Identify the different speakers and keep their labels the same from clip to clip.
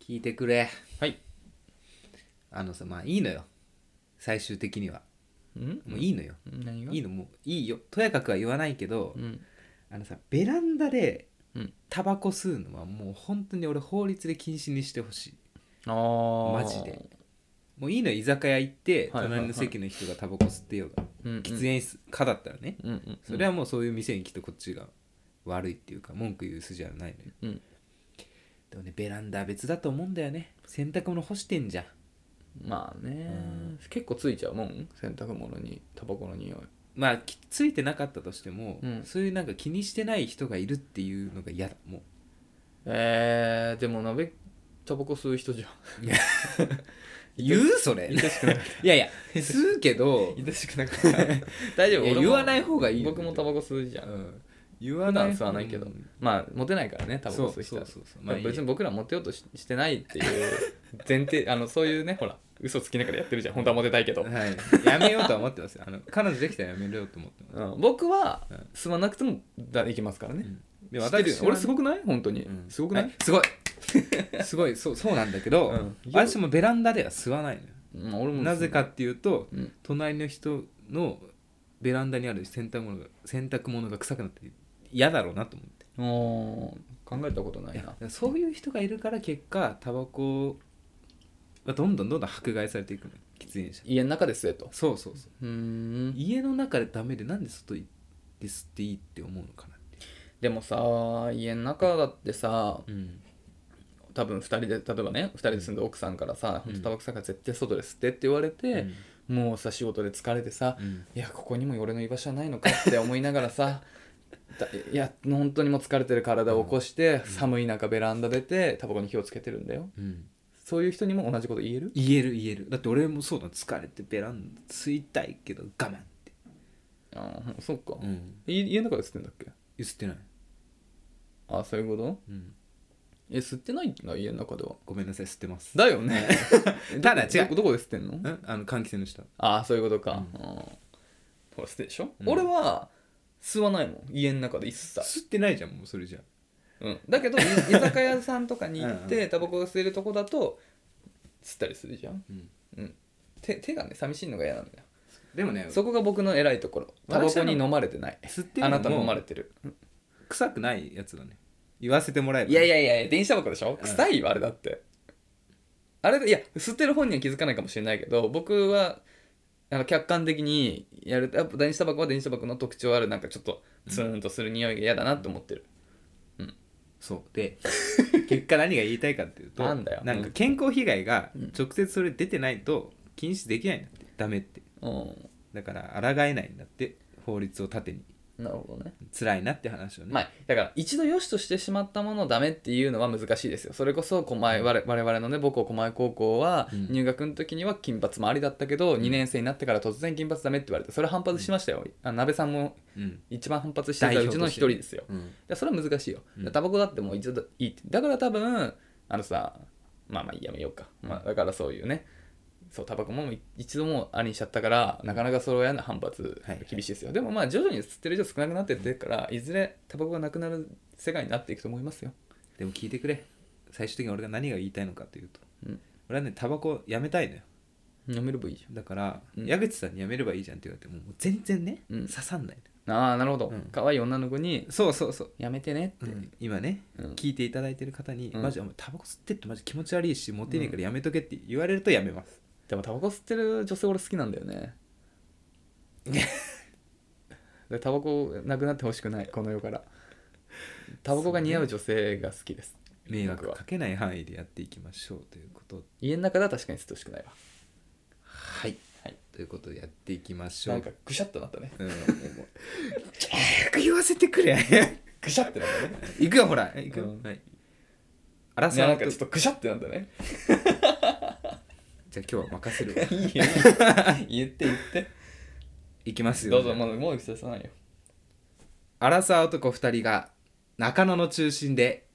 Speaker 1: 聞いてくれ
Speaker 2: はい
Speaker 1: あのさまあいいのよ最終的には
Speaker 2: うん
Speaker 1: もういいのよ、
Speaker 2: 何が
Speaker 1: いいのもういいよとやかくは言わないけど、
Speaker 2: うん
Speaker 1: あのさベランダで
Speaker 2: うん
Speaker 1: タバコ吸うのはもう本当に俺法律で禁止にしてほしい
Speaker 2: ああ
Speaker 1: マジでもういいのよ居酒屋行って
Speaker 2: はいはいはい
Speaker 1: 隣の席の人がタバコ吸ってようが、
Speaker 2: うん
Speaker 1: 喫煙室かだったらね
Speaker 2: うんうん
Speaker 1: それはもうそういう店に来てこっちが悪いっていうか文句言う筋はないのよ
Speaker 2: うん
Speaker 1: でもねベランダは別だと思うんだよね洗濯物干してんじゃん
Speaker 2: まあね結構ついちゃうもん洗濯物にタバコの匂い
Speaker 1: まあきついてなかったとしても、
Speaker 2: うん
Speaker 1: そういうなんか気にしてない人がいるっていうのが嫌だも
Speaker 2: えー、でも鍋タバコ吸う人じゃん
Speaker 1: う言うそれ
Speaker 2: 愛しくなかっ
Speaker 1: いやいや吸うけど
Speaker 2: た愛しくなかった 大丈夫
Speaker 1: いや
Speaker 2: 俺も
Speaker 1: 言わない方がいいよ
Speaker 2: 僕もタバコ吸うじゃん、
Speaker 1: うん言
Speaker 2: 普
Speaker 1: わな
Speaker 2: 段
Speaker 1: い
Speaker 2: 吸わないけど、
Speaker 1: うん
Speaker 2: まあモテないからねタバコ吸う人
Speaker 1: そう
Speaker 2: は
Speaker 1: そうそう、
Speaker 2: まあ、
Speaker 1: いい
Speaker 2: 別に僕らモテようとししてないっていう 前提あのそういうねほら嘘つきながらやってるじゃん本当はモテたいけど、
Speaker 1: はい、やめようとは思ってますよあの彼女できたらやめようと思ってます、
Speaker 2: うん、僕は
Speaker 1: うん
Speaker 2: 吸わなくてもだいきますからね、
Speaker 1: うんで
Speaker 2: 知ってる
Speaker 1: 私はね
Speaker 2: 俺すごくない本当に、
Speaker 1: うん
Speaker 2: すごくない、
Speaker 1: はすごい すごいそうそうなんだけど、
Speaker 2: うん
Speaker 1: 私もベランダでは吸わないのよ
Speaker 2: うん俺も
Speaker 1: なぜかっていうと
Speaker 2: うん
Speaker 1: 隣の人のベランダにある洗濯物が洗濯物が臭くなって嫌だろうなと思って
Speaker 2: おー考えたことないな
Speaker 1: そういう人がいるから結果タバコはどんどんどんどん迫害されていくのよ喫煙者
Speaker 2: 家の中ですえと
Speaker 1: そうそうそう
Speaker 2: うーん
Speaker 1: 家の中でダメでなんで外で吸っていいって思うのかなって
Speaker 2: でもさ家の中だってさ
Speaker 1: うん
Speaker 2: 多分2人で例えばね2人で住んで奥さんからさ「
Speaker 1: うん
Speaker 2: ほんとタバコさんから絶対外で吸って」って言われて、もうさ仕事で疲れてさ、
Speaker 1: うん
Speaker 2: いやここにも俺の居場所はないのかって思いながらさ だいや本当にもう疲れてる体を起こして、寒い中ベランダ出てタバコに火をつけてるんだよ
Speaker 1: うん
Speaker 2: そういう人にも同じこと言える
Speaker 1: 言える言えるだって俺もそうだ疲れてベランダ吸いたいけど我慢って
Speaker 2: ああそっか、
Speaker 1: ん
Speaker 2: い家の中で吸ってんだっけ
Speaker 1: 吸ってない、
Speaker 2: あそういうこと
Speaker 1: うん、
Speaker 2: え吸ってないんだ家の中では
Speaker 1: ごめんなさい吸ってます
Speaker 2: だよね
Speaker 1: ただ違う
Speaker 2: どどこで吸ってんの
Speaker 1: んあの換気扇の下
Speaker 2: ああそういうことか、
Speaker 1: う
Speaker 2: うんほら吸ってるでしょ、
Speaker 1: うん
Speaker 2: 俺は吸わないもん家の中で一切、
Speaker 1: 吸ってないじゃんもうそれじゃ
Speaker 2: うん、だけどい居酒屋さんとかに行っ
Speaker 1: うんう
Speaker 2: てタバコが吸えるとこだと吸ったりするじゃん、
Speaker 1: うん
Speaker 2: うん、手手がね寂しいのが嫌なんだよ
Speaker 1: でもね
Speaker 2: そこが僕の偉いところタバコに飲まれてない
Speaker 1: 吸って
Speaker 2: あ
Speaker 1: るの
Speaker 2: なた飲まれ
Speaker 1: も
Speaker 2: てる
Speaker 1: 臭くないやつだね言わせてもらえば
Speaker 2: いやいやいや電子タバコでしょ
Speaker 1: ん
Speaker 2: 臭いよあれだってあれいや吸ってる本人は気づかないかもしれないけど僕はあの客観的にやるとやっぱ電子タバコは電子タバコの特徴あるなんかちょっとツーンとする匂いが嫌だなって思ってる、
Speaker 1: そう で結果何が言いたいかっていうと
Speaker 2: なんだよ
Speaker 1: か健康被害が直接それ出てないと禁止できないんだってダメって
Speaker 2: うん
Speaker 1: だから抗えないんだって法律を盾に
Speaker 2: なるほどね
Speaker 1: 辛いなって話をね、
Speaker 2: まあ、だから一度良しとしてしまったものをダメっていうのは難しいですよそれこそ狛江我々我々のね母校狛江高校は
Speaker 1: うん
Speaker 2: 入学の時には金髪もありだったけど、2年生になってから突然金髪ダメって言われてそれ反発しましたよ、あ鍋さんも
Speaker 1: うん
Speaker 2: 一番反発してたうちの一人ですよ
Speaker 1: うん
Speaker 2: だからそれは難しいよ
Speaker 1: うん
Speaker 2: タバコだってもう一度いいってだから多分あのさまあまあやめようか、まあ、だからそういうねそうタバコも一度もありにしちゃったからなかなかそれは嫌な反発
Speaker 1: はいはい
Speaker 2: 厳しいですよ、でもまあ徐々に吸ってる人少なくなってってるからいずれタバコがなくなる世界になっていくと思いますよ
Speaker 1: でも聞いてくれ最終的に俺が何が言いたいのかというと、
Speaker 2: うん
Speaker 1: 俺はねタバコやめたいのよ
Speaker 2: やめればいいじ
Speaker 1: だから、
Speaker 2: うん
Speaker 1: 矢口さんにやめればいいじゃんって言われてももう全然ね、
Speaker 2: うん
Speaker 1: 刺さんない
Speaker 2: ゃんああなるほど、
Speaker 1: うん
Speaker 2: 可愛い女の子に
Speaker 1: そうそうそう
Speaker 2: 「やめてね」
Speaker 1: う
Speaker 2: って、
Speaker 1: ん今ね、
Speaker 2: うん
Speaker 1: 聞いていただいてる方に、
Speaker 2: うん
Speaker 1: マジお前タバコ吸ってってマジ気持ち悪いしモテねえからやめとけって言われるとやめます、
Speaker 2: でもタバコ吸ってる女性俺好きなんだよ ねでタバコなくなってほしくないこの世からタバコが似合う女性が好きです
Speaker 1: 迷惑
Speaker 2: 僕は
Speaker 1: かけない範囲でやっていきましょうということ
Speaker 2: 家の中では確かに吸ってほしくないわ
Speaker 1: はい、
Speaker 2: はい
Speaker 1: ということでやっていきましょう
Speaker 2: なんかぐしゃっとなったね
Speaker 1: うん、もう早く言わせてくれ
Speaker 2: ぐしゃってなったね
Speaker 1: 行くよほら行くよ、
Speaker 2: うん
Speaker 1: はいアラ
Speaker 2: い
Speaker 1: サ
Speaker 2: や
Speaker 1: ー
Speaker 2: な
Speaker 1: の
Speaker 2: んかちょっとぐしゃってなったね
Speaker 1: じゃあ今日は任せる わ
Speaker 2: いいよ言って言って
Speaker 1: いきますよ
Speaker 2: どうぞもうもうさないよ
Speaker 1: アラサー男2人が中野の中心で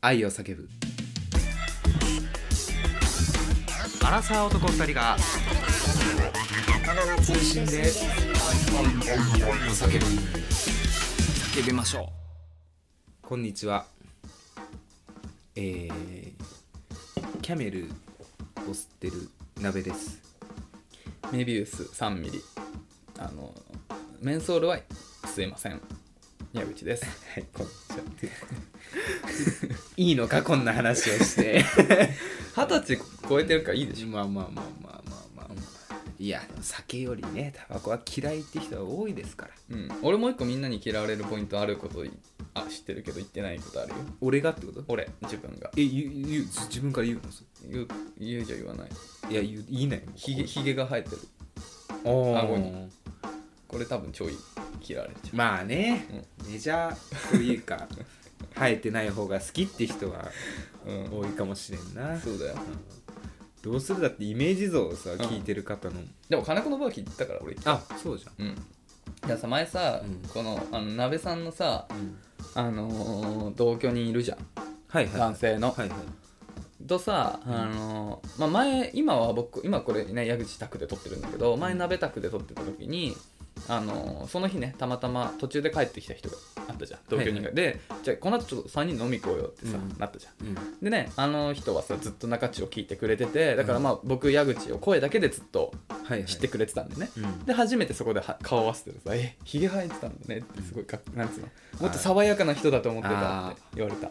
Speaker 1: 愛を叫ぶアラサー男2人が中野の中心で愛を叫ぶ
Speaker 2: 叫びましょ
Speaker 1: こんにちはえーキャメルを吸ってる鍋です
Speaker 2: メビウス3ミリあのメンソールは吸えません矢口です
Speaker 1: はいこんに ちはいいのかこんな話をして
Speaker 2: 二十歳超えてるからいいでしょ
Speaker 1: まあまあまあまあまあまあ、いやでも酒よりねタバコは嫌いって人は多いですから
Speaker 2: うん、俺もう一個みんなに嫌われるポイントあることいあ知ってるけど言ってないことあるよ
Speaker 1: 俺がってこと
Speaker 2: 俺自分が
Speaker 1: えゆゆ自分から言うのそ
Speaker 2: 言う言うじゃ言わない
Speaker 1: いや言う言いない
Speaker 2: ひげひげが生えてる
Speaker 1: あ
Speaker 2: 顎にこれ多分ちょい嫌われちゃ
Speaker 1: まあね、メジャーというか 生えてない方が好きって人は
Speaker 2: う、うん、
Speaker 1: 多いかもしれんな
Speaker 2: そうだよ
Speaker 1: どうするだってイメージ像をさ聞いてる方の
Speaker 2: でも金子のバーキー行ったから俺
Speaker 1: あそうじゃん
Speaker 2: うんいやさ前さ、
Speaker 1: うん
Speaker 2: このあの鍋さんのさ、
Speaker 1: うん
Speaker 2: あのー同居にいるじゃん
Speaker 1: はいはい
Speaker 2: 男性の、
Speaker 1: はいはい
Speaker 2: とさ、あのーまあ、前今は僕今これね矢口宅で撮ってるんだけど前鍋宅で撮ってた時に、あのーその日ねたまたま途中で帰ってきた人があったじゃん東京に、
Speaker 1: はいはい
Speaker 2: でじゃあこの後ちょっと3人飲み行こうよってさ、
Speaker 1: うん
Speaker 2: なったじゃん
Speaker 1: うん
Speaker 2: でねあの人はさずっと中地を聞いてくれててだからまあ僕矢口を声だけでずっと
Speaker 1: はいはい
Speaker 2: 知ってくれてたんでね、
Speaker 1: うん
Speaker 2: で初めてそこでは顔を合わせてさ「えひげ生えてたんだね」ってすごいかなんつうのもっと爽やかな人だと思ってたって言われた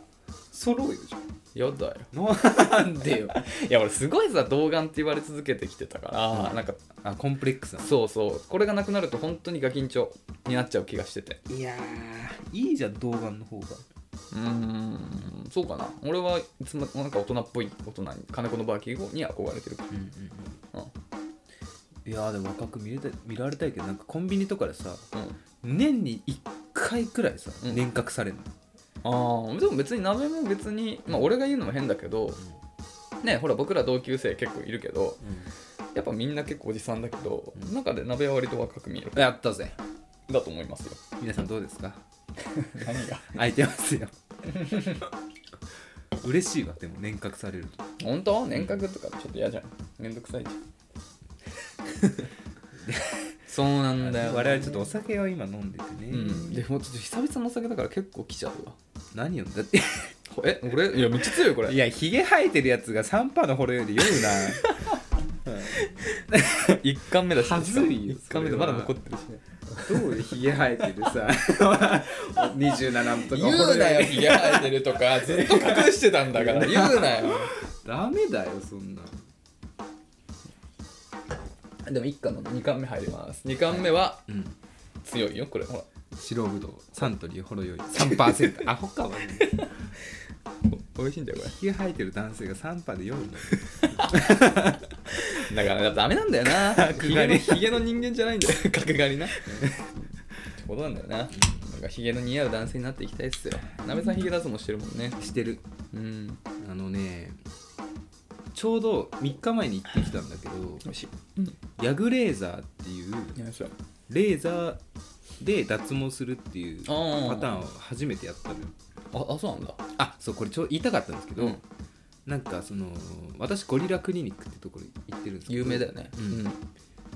Speaker 1: 揃うよじゃ
Speaker 2: やだよ
Speaker 1: んなんでよ
Speaker 2: いや俺すごいさ童顔って言われ続けてきてたから、
Speaker 1: うん
Speaker 2: なんか
Speaker 1: あコンプレックスな
Speaker 2: そうそうこれがなくなると本当にガキンチョになっちゃう気がしてて
Speaker 1: いやーいいじゃん動画の方が
Speaker 2: うーんそうかな俺はいつもなんか大人っぽい大人に金子のバーキーに憧れてるか
Speaker 1: うんうん
Speaker 2: ら
Speaker 1: いやーでも若く見れた見られたいけどなんかコンビニとかでさ
Speaker 2: うん、うん、
Speaker 1: 年に1回くらいさ
Speaker 2: うん
Speaker 1: 年賀されるの、
Speaker 2: ああでも別に鍋も別にまあ俺が言うのも変だけどねほら僕ら同級生結構いるけどやっぱみんな結構おじさんだけど
Speaker 1: うん
Speaker 2: 中で鍋は割と若く見える
Speaker 1: やったぜ
Speaker 2: だと思いますよ
Speaker 1: 皆さんどうですか
Speaker 2: 何が
Speaker 1: 空いてますよ嬉しいわでも年賀されると
Speaker 2: 本当年賀とかちょっと嫌じゃんめんどくさいじゃん そうなんだよ
Speaker 1: 我々ちょっとお酒を今飲んでてね、
Speaker 2: うんでもちょっと久々のお酒だから結構来ちゃうわ
Speaker 1: 何をだって
Speaker 2: え俺いやめっちゃ強いよこれ
Speaker 1: いやひげ生えてるやつが3パーのほろより酔うな
Speaker 2: 1巻目だし
Speaker 1: はずいよ
Speaker 2: 1巻目で
Speaker 1: それ
Speaker 2: ま
Speaker 1: は
Speaker 2: だ残ってるしね
Speaker 1: どうよひげ生えてる さ27とかほろ
Speaker 2: 言うなよ
Speaker 1: り
Speaker 2: ひげ生えてるとかずっと隠してたんだ から言うなよ
Speaker 1: ダメだよそんな
Speaker 2: でも1巻の2巻目入ります2巻目は
Speaker 1: うん
Speaker 2: 強いよこれほら
Speaker 1: 白ぶどうサントリーほろ 酔い3%アホかわね
Speaker 2: 美味しいんだよこ
Speaker 1: ひげ生えてる男性が3パーで酔うんだよ
Speaker 2: れだからダメなんだよなひ
Speaker 1: 狩
Speaker 2: げの
Speaker 1: り
Speaker 2: ひげの人間じゃないんだよ 角刈りなってことなんだよななんかひげの似合う男性になっていきたいっすよなべさんひげ脱毛してるもんね
Speaker 1: してる
Speaker 2: うん
Speaker 1: あのねちょうど3日前に行ってきたんだけど
Speaker 2: 美味しいうん
Speaker 1: ヤグレーザーっていう
Speaker 2: よいしょ
Speaker 1: レーザーで脱毛するっていうパタ
Speaker 2: あー
Speaker 1: ーンを初めてやったのよ
Speaker 2: ああそうなんだ
Speaker 1: あそうこれちょ言いたかったんですけど、
Speaker 2: うん
Speaker 1: なんかその私ゴリラクリニックってところ行ってるんですけど
Speaker 2: 有名だよね
Speaker 1: う
Speaker 2: うんん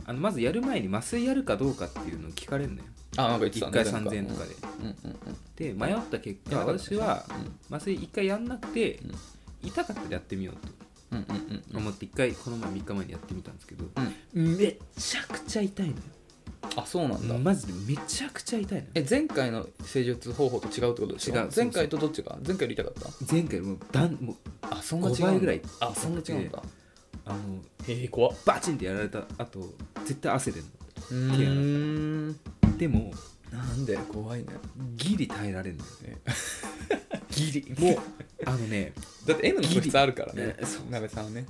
Speaker 1: あのまずやる前に麻酔やるかどうかっていうのを聞かれるのよ
Speaker 2: あなんか言ってた
Speaker 1: 1回3000円とかで、
Speaker 2: うんうんうんうん
Speaker 1: で迷った結果
Speaker 2: やばかった
Speaker 1: 私
Speaker 2: でしょ
Speaker 1: は
Speaker 2: うん
Speaker 1: 麻酔1回やんなくて、
Speaker 2: ん
Speaker 1: 痛かったらやってみようと
Speaker 2: うんうんうん
Speaker 1: 思って1回この前3日前にやってみたんですけど、
Speaker 2: うん
Speaker 1: めちゃくちゃ痛いのよ
Speaker 2: あそうなんだ
Speaker 1: マジでめちゃくちゃ痛いのよ
Speaker 2: え前回の施術方法と違うってことでしょ
Speaker 1: 違う
Speaker 2: 前回とどっちが前回より痛かっ
Speaker 1: 前回もうだんもう
Speaker 2: たあそんな違うん
Speaker 1: 5
Speaker 2: だ
Speaker 1: 倍ぐらい
Speaker 2: あそんな違うんだ
Speaker 1: あの
Speaker 2: へえ怖っ
Speaker 1: バチンってやられた後絶対汗出る
Speaker 2: うーん
Speaker 1: のでも
Speaker 2: なんで怖いね
Speaker 1: ギリ耐えられんのよ
Speaker 2: え
Speaker 1: ギリもうあのね
Speaker 2: だって M の個室あるからね
Speaker 1: えそう
Speaker 2: 鍋さんはね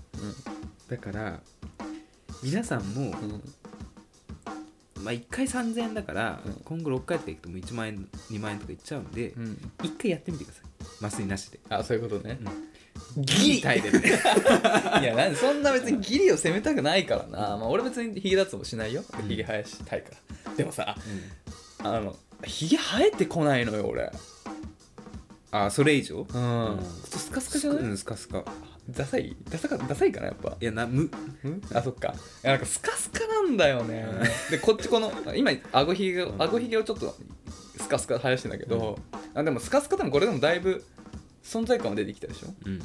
Speaker 1: だから皆さんも、
Speaker 2: うん
Speaker 1: まあ、1回3000円だから、
Speaker 2: うん
Speaker 1: 今後6回とかいくともう1万円2万円とかいっちゃうんで、
Speaker 2: うん
Speaker 1: 一1回やってみてください麻酔なしで
Speaker 2: あそういうことね
Speaker 1: ギリ耐えれる
Speaker 2: いやなんでそんな別にギリを責めたくないからなまあ俺別にヒゲ脱毛しないよヒゲ生やしたいからでもさあのヒゲ生えてこないのよ俺
Speaker 1: あそれ以上
Speaker 2: うん、
Speaker 1: うん
Speaker 2: ちょっとスカスカじゃない、
Speaker 1: うんスカスカ
Speaker 2: ダサいダサかダサいかなやっぱ
Speaker 1: いやなむ
Speaker 2: うんあそっかいやなんかスカスカなんだよねでこっちこの今顎ひげを
Speaker 1: ん
Speaker 2: 顎ひげをちょっとスカスカ生やしてんだけど、あでもスカスカでもこれでもだいぶ存在感は出てきたでしょ
Speaker 1: うん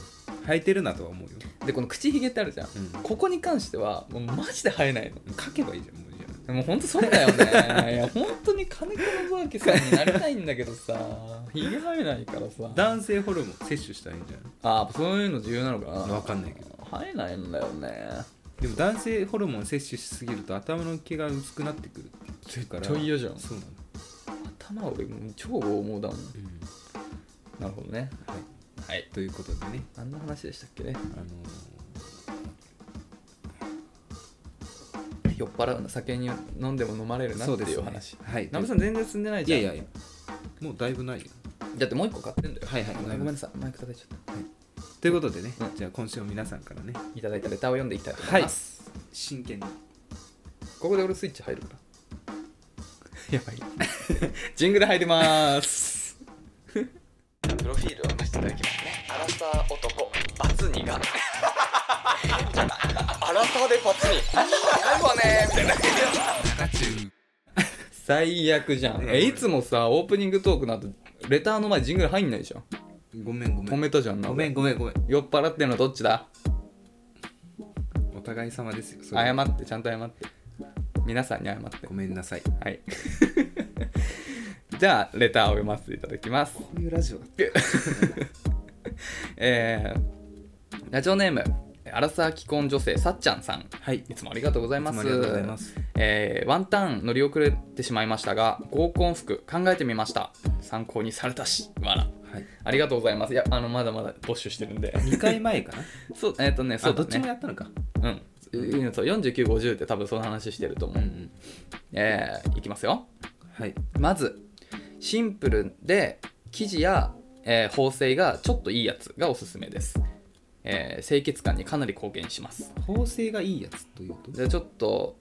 Speaker 1: 生えてるなとは思うよ
Speaker 2: でこの口ひげってあるじゃん、
Speaker 1: うん
Speaker 2: ここに関してはもうマジで生えないの
Speaker 1: 書けばいいじゃんもうじゃあ
Speaker 2: もうほんとそうだよねいや本当に金子信明さんになりたいんだけどさ ひげ生えないからさ
Speaker 1: 男性ホルモン摂取したらいいんじゃ
Speaker 2: あーそういうの重要なのかな
Speaker 1: ないわかんないけど
Speaker 2: 生えないんだよね
Speaker 1: でも男性ホルモン摂取しすぎると頭の毛が薄くなってくるっていうから
Speaker 2: 絶対嫌じゃん
Speaker 1: そうなの、
Speaker 2: 頭俺もう超剛毛だもんなるほどね
Speaker 1: はい、
Speaker 2: はい
Speaker 1: ということでね
Speaker 2: 何の話でしたっけね
Speaker 1: あの
Speaker 2: 酔っ払うな酒に飲んでも飲まれる
Speaker 1: ー
Speaker 2: なっていう話
Speaker 1: ね、はい
Speaker 2: ナベさん全然進んでない
Speaker 1: い
Speaker 2: じゃ
Speaker 1: や
Speaker 2: ん
Speaker 1: いやいやもうだいぶないよ
Speaker 2: だってもう一個買ってんだよ
Speaker 1: はいはい
Speaker 2: ごめんごめんなさいマイク叩いちゃっ
Speaker 1: ということでね、
Speaker 2: うん
Speaker 1: じゃあ今週も皆さんからね
Speaker 2: たいただいたレターを読んでいきたいと思います、
Speaker 1: 真剣に
Speaker 2: ここで俺スイッチ入るか らやばい ジングル入りまーすプロフィールを出していただきますねアラサー男バツニ がアラサーでバツニやばねみたいな最悪じゃんえいつもさオープニングトークの後レターの前ジングル入んないじゃん
Speaker 1: ごめんごめん
Speaker 2: 止めたじゃんな
Speaker 1: ごめんごめんごめん
Speaker 2: 酔っ払ってんのどっちだ
Speaker 1: お互い様ですよそれ
Speaker 2: 謝ってちゃんと謝って皆さんに謝って
Speaker 1: ごめんなさい
Speaker 2: はい じゃあレターを読ませていただきます
Speaker 1: こういうラジオだ
Speaker 2: えーラジオネームアラサー既婚女性さっちゃんさん
Speaker 1: はいい
Speaker 2: いつもありがとうございます
Speaker 1: つもありがとうございます
Speaker 2: えーワンタン乗り遅れてしまいましたが合コン服考えてみました参考にされたしわら
Speaker 1: はい
Speaker 2: ありがとうございますいやあのまだまだ募集してるん で
Speaker 1: 2回前かな
Speaker 2: そうえっ、とねそ
Speaker 1: あ
Speaker 2: うだ
Speaker 1: ど
Speaker 2: ね
Speaker 1: っちもやったのか
Speaker 2: うんうんそう4950って多分その話してると思う、
Speaker 1: ん
Speaker 2: えーいきますよ
Speaker 1: はい
Speaker 2: まずシンプルで生地や、えー縫製がちょっといいやつがおすすめです、えー清潔感にかなり貢献します
Speaker 1: 縫製がいいやつというと
Speaker 2: でちょっと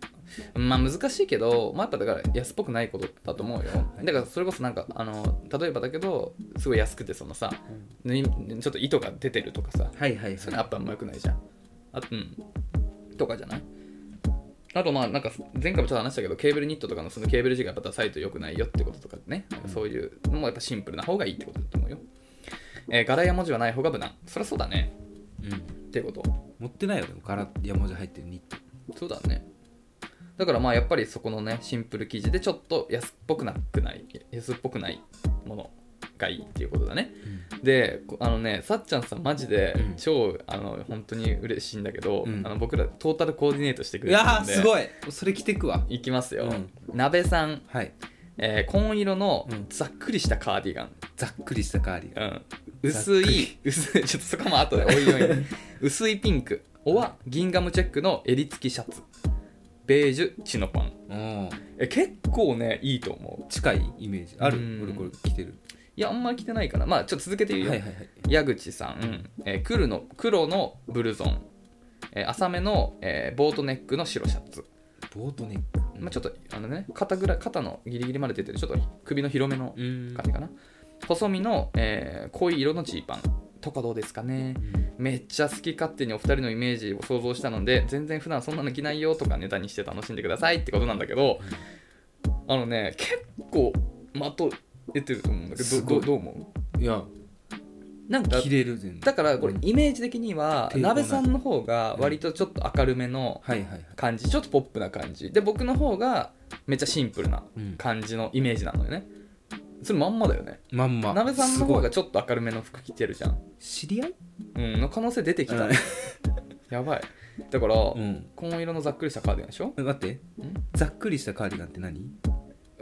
Speaker 2: まあ難しいけど、まあ、やっぱだから安っぽくないことだと思うよだからそれこそなんかあの例えばだけどすごい安くてそのさ、縫いちょっと糸が出てるとかさ
Speaker 1: はいはい
Speaker 2: それアップあんま良くないじゃんあうんとかじゃないあとまあなんか前回もちょっと話したけどケーブルニットとかのそのケーブル地がやっぱダサいと良くないよってこととかねなんかそういうのもやっぱシンプルな方がいいってことだと思うよ、えー柄や文字はない方が無難そりゃそうだね
Speaker 1: うん
Speaker 2: ってこと
Speaker 1: 持ってないよでも柄や文字入ってるニット
Speaker 2: そうだねだからまあやっぱりそこのねシンプル生地でちょっと安っぽくなくない安っぽくないものがいいっていうことだねでこあのねさっちゃんさんマジで
Speaker 1: うん
Speaker 2: 超、あの本当に嬉しいんだけど、
Speaker 1: うん
Speaker 2: あの僕らトータルコーディネートしてく
Speaker 1: い
Speaker 2: れ
Speaker 1: や
Speaker 2: てる
Speaker 1: ー
Speaker 2: んです
Speaker 1: ごいそれ着てくわ
Speaker 2: いきますよ、
Speaker 1: うん
Speaker 2: 鍋さん、
Speaker 1: はい
Speaker 2: えー紺色の
Speaker 1: うん
Speaker 2: ざっくりしたカーディガン、
Speaker 1: ざっくりしたカーディガン
Speaker 2: うん薄い薄いちょっ とそこも後でおいおい 薄いピンクおはギンガムチェックの襟付きシャツベージュチノパン
Speaker 1: うん
Speaker 2: え結構ねいいと思う
Speaker 1: 近いイメージある
Speaker 2: うん
Speaker 1: 俺これ着てる
Speaker 2: いやあんまり着てないかなまあちょっと続けて
Speaker 1: は
Speaker 2: 言う
Speaker 1: い
Speaker 2: よ、
Speaker 1: はいはい
Speaker 2: 矢口さん、えー黒の黒のブルゾン、えー浅めの、えーボートネックの白シャツ、
Speaker 1: ボートネック
Speaker 2: まあ、ちょっとあのね肩ぐらい肩のギリギリまで出てるちょっと首の広めの
Speaker 1: うん
Speaker 2: 感じかな、細身の、えー濃い色のジーパンとかどうですかねめっちゃ好き勝手にお二人のイメージを想像したので全然普段そんなの着ないよとかネタにして楽しんでくださいってことなんだけどあのね結構的出てると思うんだけど
Speaker 1: す
Speaker 2: ど
Speaker 1: ごい
Speaker 2: どどう思
Speaker 1: いや
Speaker 2: うなんか
Speaker 1: 着れる全然
Speaker 2: だからこれ
Speaker 1: うん
Speaker 2: イメージ的には
Speaker 1: 抵抗ない
Speaker 2: 鍋さんの方が割とちょっと明るめの
Speaker 1: はいはいはい
Speaker 2: 感じちょっとポップな感じで僕の方がめっちゃシンプルな
Speaker 1: うん
Speaker 2: 感じのイメージなのよねそれまんまだよね
Speaker 1: まんま
Speaker 2: 鍋さんの方
Speaker 1: すご
Speaker 2: が
Speaker 1: い
Speaker 2: ちょっと明るめの服着てるじゃん
Speaker 1: 知り合い
Speaker 2: うんの可能性出てきた
Speaker 1: うん
Speaker 2: やばいだから
Speaker 1: うん
Speaker 2: 紺色のざっくりしたカーディガンでしょ
Speaker 1: 待ってざっくりしたカーディガンって何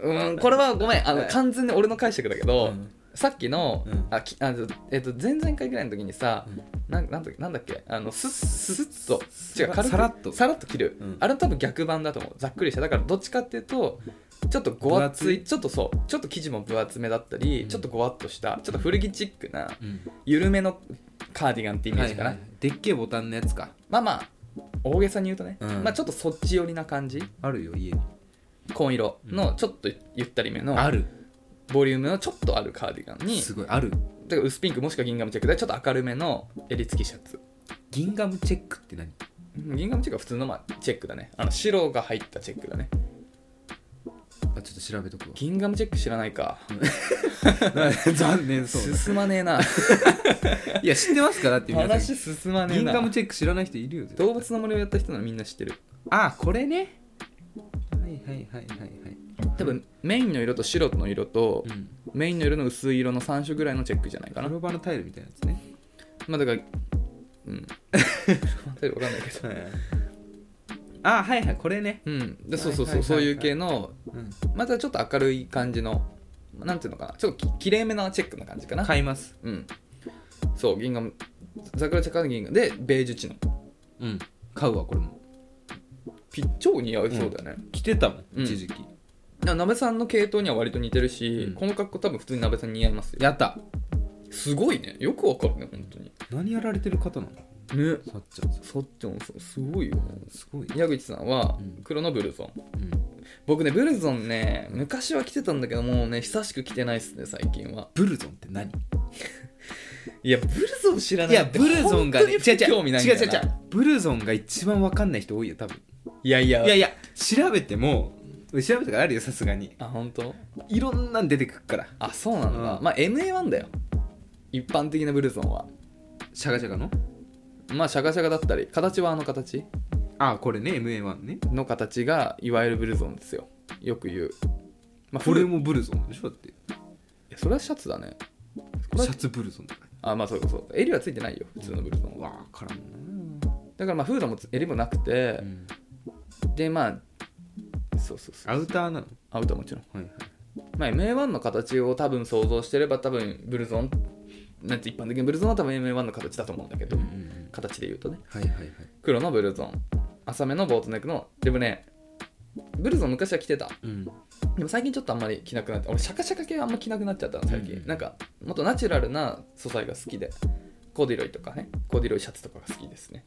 Speaker 2: うんこれはごめんあの完全に俺の解釈だけ
Speaker 1: う
Speaker 2: ど
Speaker 1: ん
Speaker 2: さっきの
Speaker 1: うん
Speaker 2: あきあのえっと前々回ぐらいの時にさ
Speaker 1: うん
Speaker 2: なんなんだなんだっけあのスッスッと
Speaker 1: す
Speaker 2: 違う軽く
Speaker 1: さらっと
Speaker 2: さらっと切る、
Speaker 1: うん
Speaker 2: あれは多分逆版だと思うざっくりしただからどっちかっていうとちょっとごわつ
Speaker 1: 分
Speaker 2: い
Speaker 1: 厚い
Speaker 2: ちょっとそうちょっと生地も分厚めだったり、
Speaker 1: うん
Speaker 2: ちょっとごわっとしたちょっと古着チックな
Speaker 1: うん
Speaker 2: 緩めのカーディガンってイメージかな、
Speaker 1: はいはいはいでっけえボタンのやつか
Speaker 2: まあまあ大げさに言うとね、
Speaker 1: うん
Speaker 2: まあちょっとそっち寄りな感じ
Speaker 1: あるよ家に
Speaker 2: 紺色のちょっとゆったりめの、
Speaker 1: ある
Speaker 2: ボリュームのちょっとあるカーディガンに
Speaker 1: すごいある
Speaker 2: だから薄ピンクもしくはギンガムチェックでちょっと明るめの襟付きシャツ
Speaker 1: ギンガムチェックって何
Speaker 2: うんギンガムチェックは普通のまあチェックだねあの白が入ったチェックだね
Speaker 1: あかちょっと調べとくわ
Speaker 2: ギンガムチェック知らないか
Speaker 1: 残念そう
Speaker 2: 進まね えな
Speaker 1: いや知ってますからって皆さん
Speaker 2: 話進まねえ
Speaker 1: 銀
Speaker 2: な
Speaker 1: ガムチェック知らない人いるよ絶対
Speaker 2: 動物の森をやった人ならみんな知ってる
Speaker 1: あこれねはいはいはいはいはい
Speaker 2: 多分メインの色と白の色と、メインの色の薄い色の3種ぐらいのチェックじゃないか
Speaker 1: ア
Speaker 2: な
Speaker 1: ロバのタイルみたいなやつね
Speaker 2: まあだからうん 分かんないけど
Speaker 1: あはいはいこれね
Speaker 2: うんでそうそう
Speaker 1: はいはいはい
Speaker 2: そ
Speaker 1: は
Speaker 2: う
Speaker 1: い
Speaker 2: そういう系の
Speaker 1: うん
Speaker 2: またちょっと明るい感じのなんていうのかなちょっとききれいめなチェックな感じかな
Speaker 1: 買います
Speaker 2: うんそう銀河桜茶か銀河でベージュチノ
Speaker 1: うん買うわこれも
Speaker 2: ピッ超似合いそうだよね、
Speaker 1: 着てたもん
Speaker 2: うん
Speaker 1: 一時期
Speaker 2: な鍋さんの系統には割と似てるし、
Speaker 1: うん
Speaker 2: この格好多分普通に鍋さんに似合いますよ
Speaker 1: やった
Speaker 2: すごいねよくわかるね本当に
Speaker 1: 何やられてる方なの
Speaker 2: ね
Speaker 1: さっちゃん
Speaker 2: さっちゃんさんすごいよね
Speaker 1: すごい
Speaker 2: 矢口さんは
Speaker 1: うん
Speaker 2: 黒のブルゾン、
Speaker 1: うん
Speaker 2: 僕ねブルゾンね昔は着てたんだけどもうね久しく着てないっすね最近は
Speaker 1: ブルゾンって何
Speaker 2: いやブルゾン知らないい
Speaker 1: やブルゾンがね違う
Speaker 2: 本当に
Speaker 1: 違う
Speaker 2: 興味ないんだ
Speaker 1: 違
Speaker 2: よ
Speaker 1: う
Speaker 2: な
Speaker 1: 違う違うブルゾンが一番わかんない人多いよ多分
Speaker 2: いやいや
Speaker 1: いやいや調べても俺調べたからあるよさすがに
Speaker 2: あ本当
Speaker 1: いろんなん出てくるから
Speaker 2: あそうなんだ、
Speaker 1: うん
Speaker 2: まあ MA1 だよ一般的なブルゾンは
Speaker 1: シャガシャガの
Speaker 2: まあシャカシャカだったり形はあの形
Speaker 1: あこれね MA1 ね
Speaker 2: の形がいわゆるブルゾンですよよく言うまあ
Speaker 1: これ
Speaker 2: 古い
Speaker 1: もブルゾンでしょだって
Speaker 2: いやそれはシャツだね
Speaker 1: シャツブルゾンだか
Speaker 2: あまあそういうこと襟はついてないよ普通のブルゾン
Speaker 1: ら
Speaker 2: は
Speaker 1: わからん
Speaker 2: だからまあフードもつ襟もなくて、
Speaker 1: な、
Speaker 2: でまあそうそうそう
Speaker 1: アウターなの
Speaker 2: アウトはもちろん、
Speaker 1: はいはい
Speaker 2: まあ、MA1 の形を多分想像してれば多分ブルゾンなんて一般的にブルゾンは多分 MA1 の形だと思うんだけど、形で言うとね
Speaker 1: はいはいはい
Speaker 2: 黒のブルゾン浅めのボートネックのでもねブルゾン昔は着てた
Speaker 1: うん
Speaker 2: でも最近ちょっとあんまり着なくなって俺シャカシャカ系あんま着なくなっちゃったの最近、
Speaker 1: うん
Speaker 2: なんかもっとナチュラルな素材が好きでコーディロイとかねコーディロイシャツとかが好きですね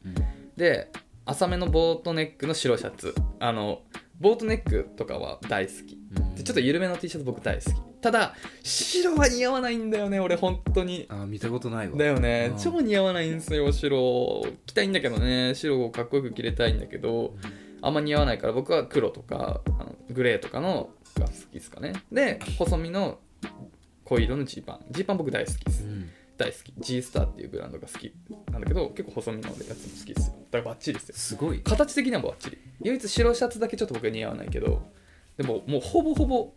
Speaker 2: で浅めのボートネックの白シャツあのボートネックとかは大好きでちょっと緩めの T シャツ僕大好きただ白は似合わないんだよね俺本当に
Speaker 1: あー見たことないわ
Speaker 2: だよね
Speaker 1: うん
Speaker 2: 超似合わないんですよ白着たいんだけどね白をかっこよく着れたいんだけどあんま似合わないから僕は黒とかあのグレーとかのが好きですかねで細身の濃い色のジーパンジーパン僕大好きです
Speaker 1: うん
Speaker 2: 大好き G スターっていうブランドが好きなんだけど結構細身のやつも好きですよだからバッチリですよ
Speaker 1: すごい
Speaker 2: 形的にはもうバッチリ唯一白シャツだけちょっと僕は似合わないけどでももうほぼほぼ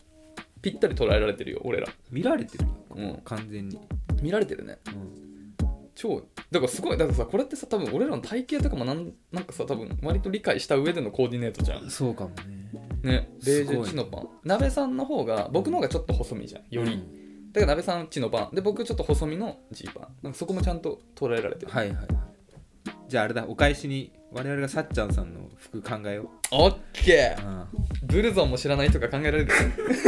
Speaker 2: ぴったり捉えられてるよ俺ら
Speaker 1: 見られてるよ
Speaker 2: うん
Speaker 1: 完全に
Speaker 2: 見られてるね超だからすごいだからさこれってさ多分俺らの体型とかもなんなんかさ多分割と理解した上でのコーディネートじゃん
Speaker 1: そうかもね
Speaker 2: ねベージ
Speaker 1: すご
Speaker 2: ュ
Speaker 1: い
Speaker 2: チノパン鍋さんの方が僕の方がちょっと細身じゃんより、だから鍋さんチノパンで僕ちょっと細身のジーパンなんかそこもちゃんと捉えられてる
Speaker 1: はいはいはいじゃああれだお返しに我々がさっちゃんさんの服考えよう
Speaker 2: オッケー
Speaker 1: あ
Speaker 2: ブルゾンも知らない人が考えられる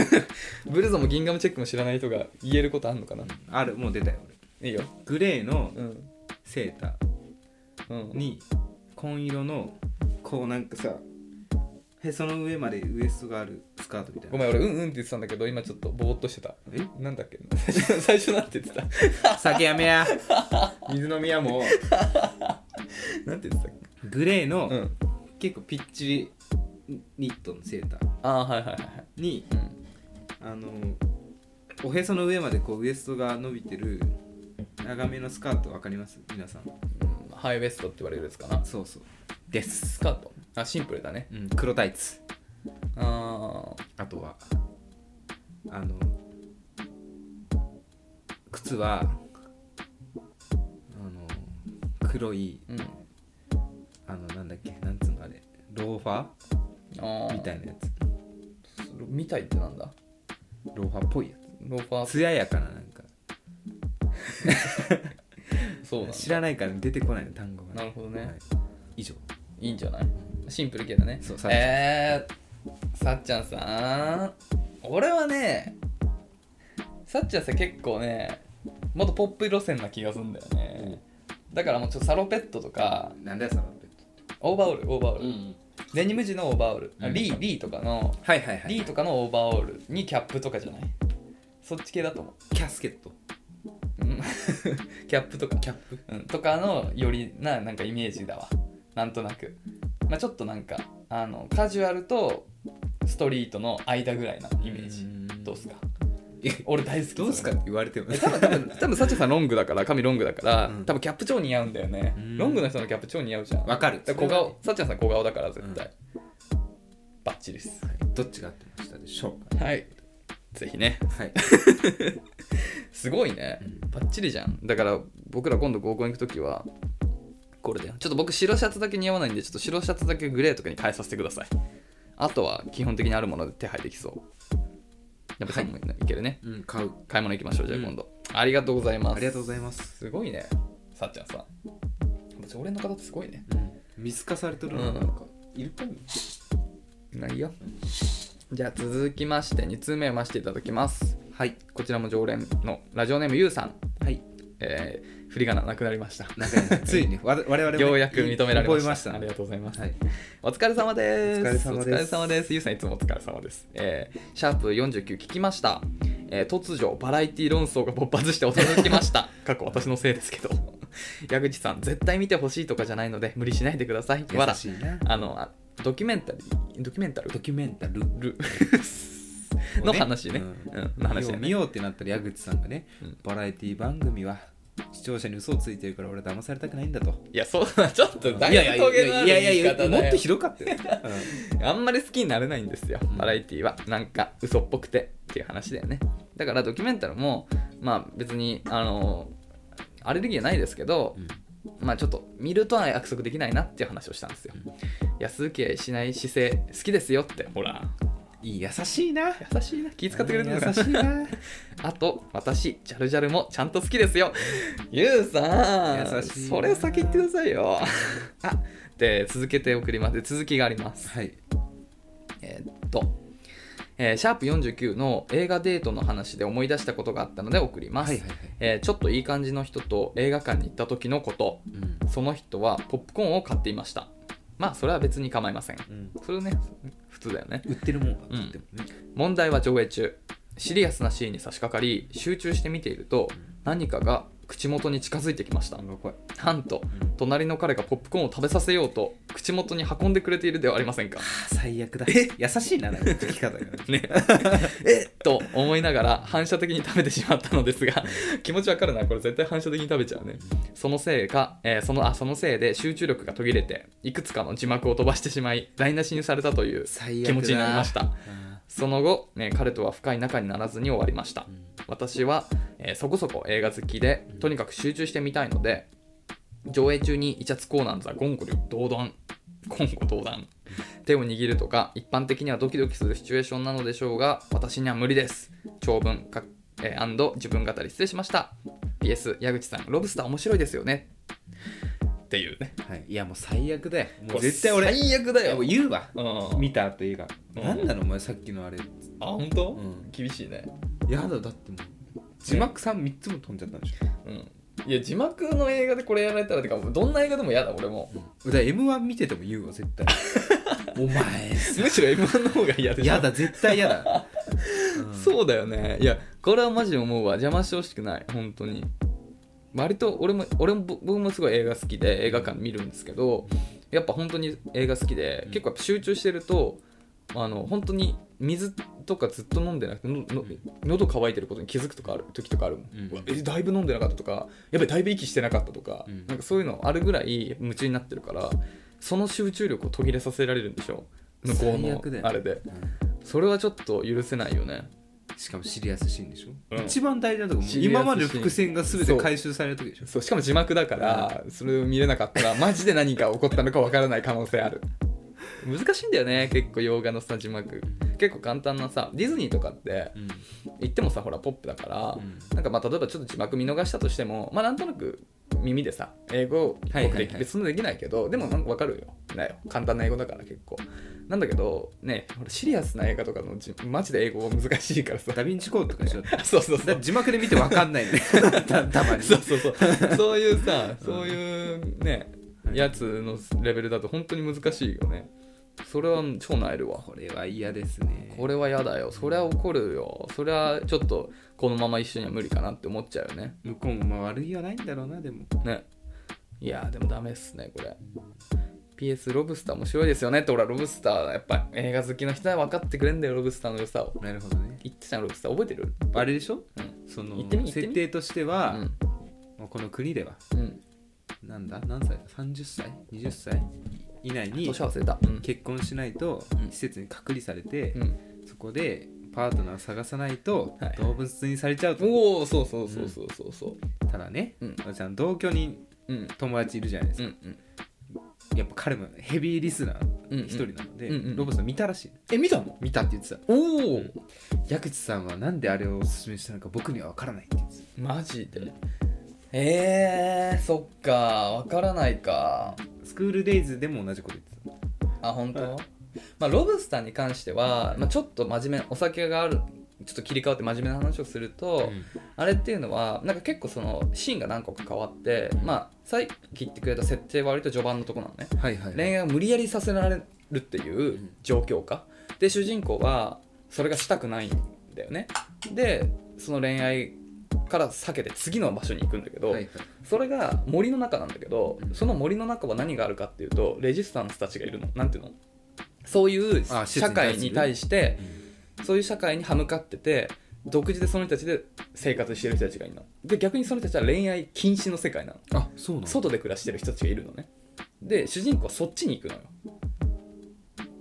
Speaker 2: ブルゾンもギンガムチェックも知らない人が言えることあんのかな
Speaker 1: あるもう出たよ俺
Speaker 2: いいよ
Speaker 1: グレーの
Speaker 2: うん
Speaker 1: セーター
Speaker 2: うん
Speaker 1: に紺色のこうなんかさへその上までウエストがあるスカートみたいな
Speaker 2: ごめん俺うんうんって言ってたんだけど今ちょっとぼーっとしてた
Speaker 1: え
Speaker 2: なんだっけ最初 最初なんて言ってた
Speaker 1: 酒やめや水飲みやも
Speaker 2: なんて言ってたっ
Speaker 1: うグレーの、
Speaker 2: けうん
Speaker 1: 結構ぴっちりニットのセーター
Speaker 2: ああはいはいはいはい
Speaker 1: に
Speaker 2: うん
Speaker 1: あのおへその上までこうウエストが伸びてる長めのスカートわかります皆さん
Speaker 2: うんハイウエストって言われるやつかな
Speaker 1: そうそうです、
Speaker 2: スカートあシンプルだね
Speaker 1: うん、黒タイツ
Speaker 2: あ
Speaker 1: あとはあの靴はあの黒い
Speaker 2: ーうん
Speaker 1: あのなんだっけなんつうのあれローファ
Speaker 2: あ
Speaker 1: ー
Speaker 2: ー
Speaker 1: みたいなやつ
Speaker 2: みたいってなんだ
Speaker 1: ローファーっぽいや
Speaker 2: ローファ
Speaker 1: つ
Speaker 2: ー
Speaker 1: 艶やかななんか
Speaker 2: そうなんだ
Speaker 1: 知らないから出てこないの単語が
Speaker 2: なるほどね
Speaker 1: はい以上
Speaker 2: いいんじゃないシンプル系だね
Speaker 1: そうさっちゃん
Speaker 2: えー、さっちゃんさん俺はねさっちゃんさん結構ねもっとポップ路線な気がするんだよね、だからもうちょっとサロペットとか
Speaker 1: なんだよサロペッ
Speaker 2: オーバーオールオーバーオール、
Speaker 1: ん、
Speaker 2: デニム地のオーバーオール、あ
Speaker 1: うん
Speaker 2: リーリーとかの
Speaker 1: はいはいはい
Speaker 2: リーとかのオーバーオールにキャップとかじゃないそっち系だと思う
Speaker 1: キャスケット
Speaker 2: うんキャップとかキャップ、うん、とかのよりななんかイメージだわなんとなく、まあ、ちょっとなんかあのカジュアルとストリートの間ぐらいなイメージ
Speaker 1: うん
Speaker 2: どうっすか
Speaker 1: え
Speaker 2: 俺大好き
Speaker 1: どうすかって言われても
Speaker 2: え多分多分 多分サチさんロングだから髪ロングだから、
Speaker 1: うん
Speaker 2: 多分キャップ超似合うんだよね、
Speaker 1: うん
Speaker 2: ロングの人のキャップ超似合うじゃん
Speaker 1: わかる
Speaker 2: だら小顔サチさん小顔だから絶対、バッチリです
Speaker 1: どっちが合ってましたでしょうか
Speaker 2: はいぜひね
Speaker 1: はい
Speaker 2: すごいねバッチリじゃんだから僕ら今度合コン行く時はこれでちょっと僕白シャツだけ似合わないんでちょっと白シャツだけグレーとかに変えさせてくださいあとは基本的にあるもので手配できそうやっぱさんもいけるね、
Speaker 1: うん買う
Speaker 2: 買い物行きましょうじゃあ今度、ありがとうございます
Speaker 1: ありがとうございます
Speaker 2: すごいねさっちゃんさ常連の方ってすごいね
Speaker 1: うん見透かされとる
Speaker 2: う
Speaker 1: の
Speaker 2: ん
Speaker 1: なんかいるかも
Speaker 2: ないよじゃあ続きまして2通目読ませていただきます
Speaker 1: はい
Speaker 2: こちらも常連のラジオネームゆうさん
Speaker 1: はい
Speaker 2: えー、振り仮名なくなりました
Speaker 1: なんか ねついにわ我々も
Speaker 2: ようやく認められま
Speaker 1: 覚
Speaker 2: し
Speaker 1: え
Speaker 2: た
Speaker 1: ました
Speaker 2: ありがとうございます、
Speaker 1: はい
Speaker 2: お疲れ様です
Speaker 1: お疲れ様です
Speaker 2: お疲れ様ですゆうさんいつもお疲れ様です、えー、シャープ49聞きました、えー突如バラエティ論争が勃発して驚き ました過去私のせいですけど 矢口さん絶対見てほしいとかじゃないので無理しないでくださいわ
Speaker 1: 優
Speaker 2: ら
Speaker 1: しいな
Speaker 2: あのあドキュメンタリードキュメンタル
Speaker 1: ドキュメンタル
Speaker 2: ル
Speaker 1: を
Speaker 2: の話ねうんの話だよね
Speaker 1: 見よう見ようってなったら矢口さんがね、
Speaker 2: うん
Speaker 1: バラエティ番組は視聴者に嘘をついてるから俺騙されたくないんだと
Speaker 2: いやそうだなちょっとだいぶ
Speaker 1: い
Speaker 2: トゲのある
Speaker 1: やいや
Speaker 2: 言
Speaker 1: い
Speaker 2: い
Speaker 1: や
Speaker 2: 方だよ
Speaker 1: もっとひどかった よ、
Speaker 2: あんまり好きになれないんですよ
Speaker 1: ん
Speaker 2: バラエティはなんか嘘っぽくてっていう話だよねだからドキュメンタルもまあ別にあのアレルギーはないですけど、まあちょっと見るとは約束できないなっていう話をしたんですよ、安請け合いしない姿勢好きですよってほら
Speaker 1: いい優しいな
Speaker 2: 優しいな気遣ってくれてるのか
Speaker 1: 優
Speaker 2: な
Speaker 1: し いな
Speaker 2: あと私ジャルジャルもちゃんと好きですよゆうさん
Speaker 1: 優しいな
Speaker 2: それ先言ってくださいよ あで続けて送りますで続きがあります
Speaker 1: はい
Speaker 2: えーっと、えーシャープ49の映画デートの話で思い出したことがあったので送ります、
Speaker 1: はいはいはい、
Speaker 2: えーちょっといい感じの人と映画館に行った時のこと
Speaker 1: うん
Speaker 2: その人はポップコーンを買っていましたまあそれは別に構いません
Speaker 1: うん、
Speaker 2: それね普通だよね
Speaker 1: 売ってるもんは売ってもね、
Speaker 2: 問題は上映中シリアスなシーンに差し掛かり集中して見ていると何かが口元に近づいてきました
Speaker 1: なんか怖い
Speaker 2: なんと隣の彼がポップコーンを食べさせようと口元に運んでくれているではありませんか
Speaker 1: あ最悪だえ優しいななんか聞き方が
Speaker 2: ね、えっと思いながら反射的に食べてしまったのですが気持ちわかるなこれ絶対反射的に食べちゃうねそのせいか、えーそのあそのせいで集中力が途切れていくつかの字幕を飛ばしてしまい台無しにされたという
Speaker 1: 最悪だ
Speaker 2: 気持ちになりました
Speaker 1: あ
Speaker 2: その後、ね、彼とは深い仲にならずに終わりました
Speaker 1: ーうん
Speaker 2: 私は、えーそこそこ映画好きでとにかく集中してみたいので上映中にイチャつコーナンザゴンゴル同断ゴンゴ同断手を握るとか一般的にはドキドキするシチュエーションなのでしょうが私には無理です長文か、えー and 自分語り失礼しました PS 矢口さんロブスター面白いですよねっていうね
Speaker 1: はい、いやもう最悪だよもう絶対俺
Speaker 2: 最悪だ
Speaker 1: いや
Speaker 2: よ
Speaker 1: もう言うわ
Speaker 2: うん、あ
Speaker 1: 見た後映画、
Speaker 2: うん
Speaker 1: なんなのお前さっきのあれ
Speaker 2: 本当、
Speaker 1: うん
Speaker 2: 厳しいね
Speaker 1: やだだってもう字幕さん3つも飛んじゃったんでしょ、
Speaker 2: うんいや字幕の映画でこれやられたらてかどんな映画でも嫌だ俺も
Speaker 1: うん、だから M1 見てても言うわ絶 対お前
Speaker 2: むしろ M1 の方が嫌でしょ
Speaker 1: やだ絶対や だ、うん
Speaker 2: そうだよねいやこれはマジで思うわ邪魔してほしくない本当に割と俺も俺も僕もすごい映画好きで映画館見るんですけどやっぱ本当に映画好きで
Speaker 1: うん
Speaker 2: 結構やっぱ集中してるとあの本当に水とかずっと飲んでなくてのの喉乾いてることに気づくとかある時とかあるもん、
Speaker 1: うん
Speaker 2: うわえだいぶ飲んでなかったとかやべだいぶ息してなかったとか、
Speaker 1: うん
Speaker 2: なんかそういうのあるぐらい夢中になってるからその集中力を途切れさせられるんでしょ向こう
Speaker 1: 最悪だよね
Speaker 2: のあれで
Speaker 1: うん
Speaker 2: それはちょっと許せないよね
Speaker 1: しかもシリアスシーンでしょ、
Speaker 2: うん
Speaker 1: 一番大事なとこもう
Speaker 2: シリアスシー
Speaker 1: 今
Speaker 2: ン
Speaker 1: までの伏線が全て回収される時でしょ
Speaker 2: そうしかも字幕だからそれを見れなかったらマジで何が起こったのかわからない可能性ある 難しいんだよね結構洋画のさ字幕結構簡単なさディズニーとかって
Speaker 1: うん
Speaker 2: 言ってもさほらポップだから、
Speaker 1: うん
Speaker 2: なんかまあ例えばちょっと字幕見逃したとしてもまあなんとなく耳でさ英語っぽ
Speaker 1: はい
Speaker 2: く
Speaker 1: はい
Speaker 2: で
Speaker 1: は
Speaker 2: き
Speaker 1: い
Speaker 2: 別のできないけどでもなんかわかるよだよ簡単な英語だから結構なんだけどねほらシリアスな映画とかの字マジで英語は難しいから さ
Speaker 1: ダヴィンチコードとかでしょだ
Speaker 2: そうそうそ
Speaker 1: か
Speaker 2: う
Speaker 1: ら字幕で見て分かんないんだよ たたまに
Speaker 2: そうそうそうそういうさそういうね
Speaker 1: はい
Speaker 2: やつのレベルだと本当に難しいよねそれは超なえるわ
Speaker 1: これは嫌ですね
Speaker 2: これは嫌だよそりゃ怒るよそりゃちょっとこのまま一緒には無理かなって思っちゃうよね
Speaker 1: 向こうもまあ悪いはないんだろうなでも
Speaker 2: ねいやーでもダメっすねこれ PS ロブスター面白いですよねって俺はロブスターやっぱ映画好きの人は分かってくれんだよロブスターの良さを
Speaker 1: なるほどね
Speaker 2: 言ってたのロブスター覚えてる
Speaker 1: あれでしょ
Speaker 2: うん
Speaker 1: その
Speaker 2: 行ってみ行ってみ
Speaker 1: 設定として
Speaker 2: う
Speaker 1: は、
Speaker 2: ん
Speaker 1: もうこの国では
Speaker 2: うん
Speaker 1: なんだ何歳 ?30 歳 ?20 歳以内に
Speaker 2: 年忘れたうん
Speaker 1: 結婚しないと
Speaker 2: うん
Speaker 1: 施設に隔離されて、
Speaker 2: うん
Speaker 1: そこでパートナー探さないと
Speaker 2: はい
Speaker 1: 動物にされちゃうと、
Speaker 2: おおそうそうそうそうそうそう
Speaker 1: ただね、
Speaker 2: うん
Speaker 1: おじちゃん同居に
Speaker 2: うん
Speaker 1: 友達いるじゃないで
Speaker 2: う
Speaker 1: すか、
Speaker 2: んうん
Speaker 1: やっぱ彼もヘビーリスナ
Speaker 2: うんう
Speaker 1: ー
Speaker 2: ん
Speaker 1: 一人なので、
Speaker 2: うんうん
Speaker 1: ロボさん見たらしい
Speaker 2: え見たの
Speaker 1: 見たって言ってた
Speaker 2: おお、
Speaker 1: 矢口さんはなんであれをおすすめしたのか僕には分からないって言ってた
Speaker 2: マジでえー、そっかわからないか
Speaker 1: スクールデイズでも同じこと言って
Speaker 2: あ本当、まあロブスターに関しては、まあ、ちょっと真面目お酒があるちょっと切り替わって真面目な話をする
Speaker 1: た、
Speaker 2: と、あれっていうのはなんか結構そのシーンが何個か変わって、まあさっき言ってくれた設定は割と序盤のとこなのね
Speaker 1: はいはい、
Speaker 2: 恋愛を無理やりさせられるっていう状況下で主人公はそれがしたくないんだよねでその恋愛から避けて次の場所に行くんだけど、
Speaker 1: はいはい
Speaker 2: それが森の中なんだけどその森の中は何があるかっていうとレジスタンスたちがいるのなんていうのそういう
Speaker 1: あ施設に対する
Speaker 2: 社会に対してそういう社会に歯向かってて独自でその人たちで生活してる人たちがいるので逆にその人たちは恋愛禁止の世界なの
Speaker 1: あそうなの
Speaker 2: 外で暮らしてる人たちがいるのねで主人公はそっちに行くのよ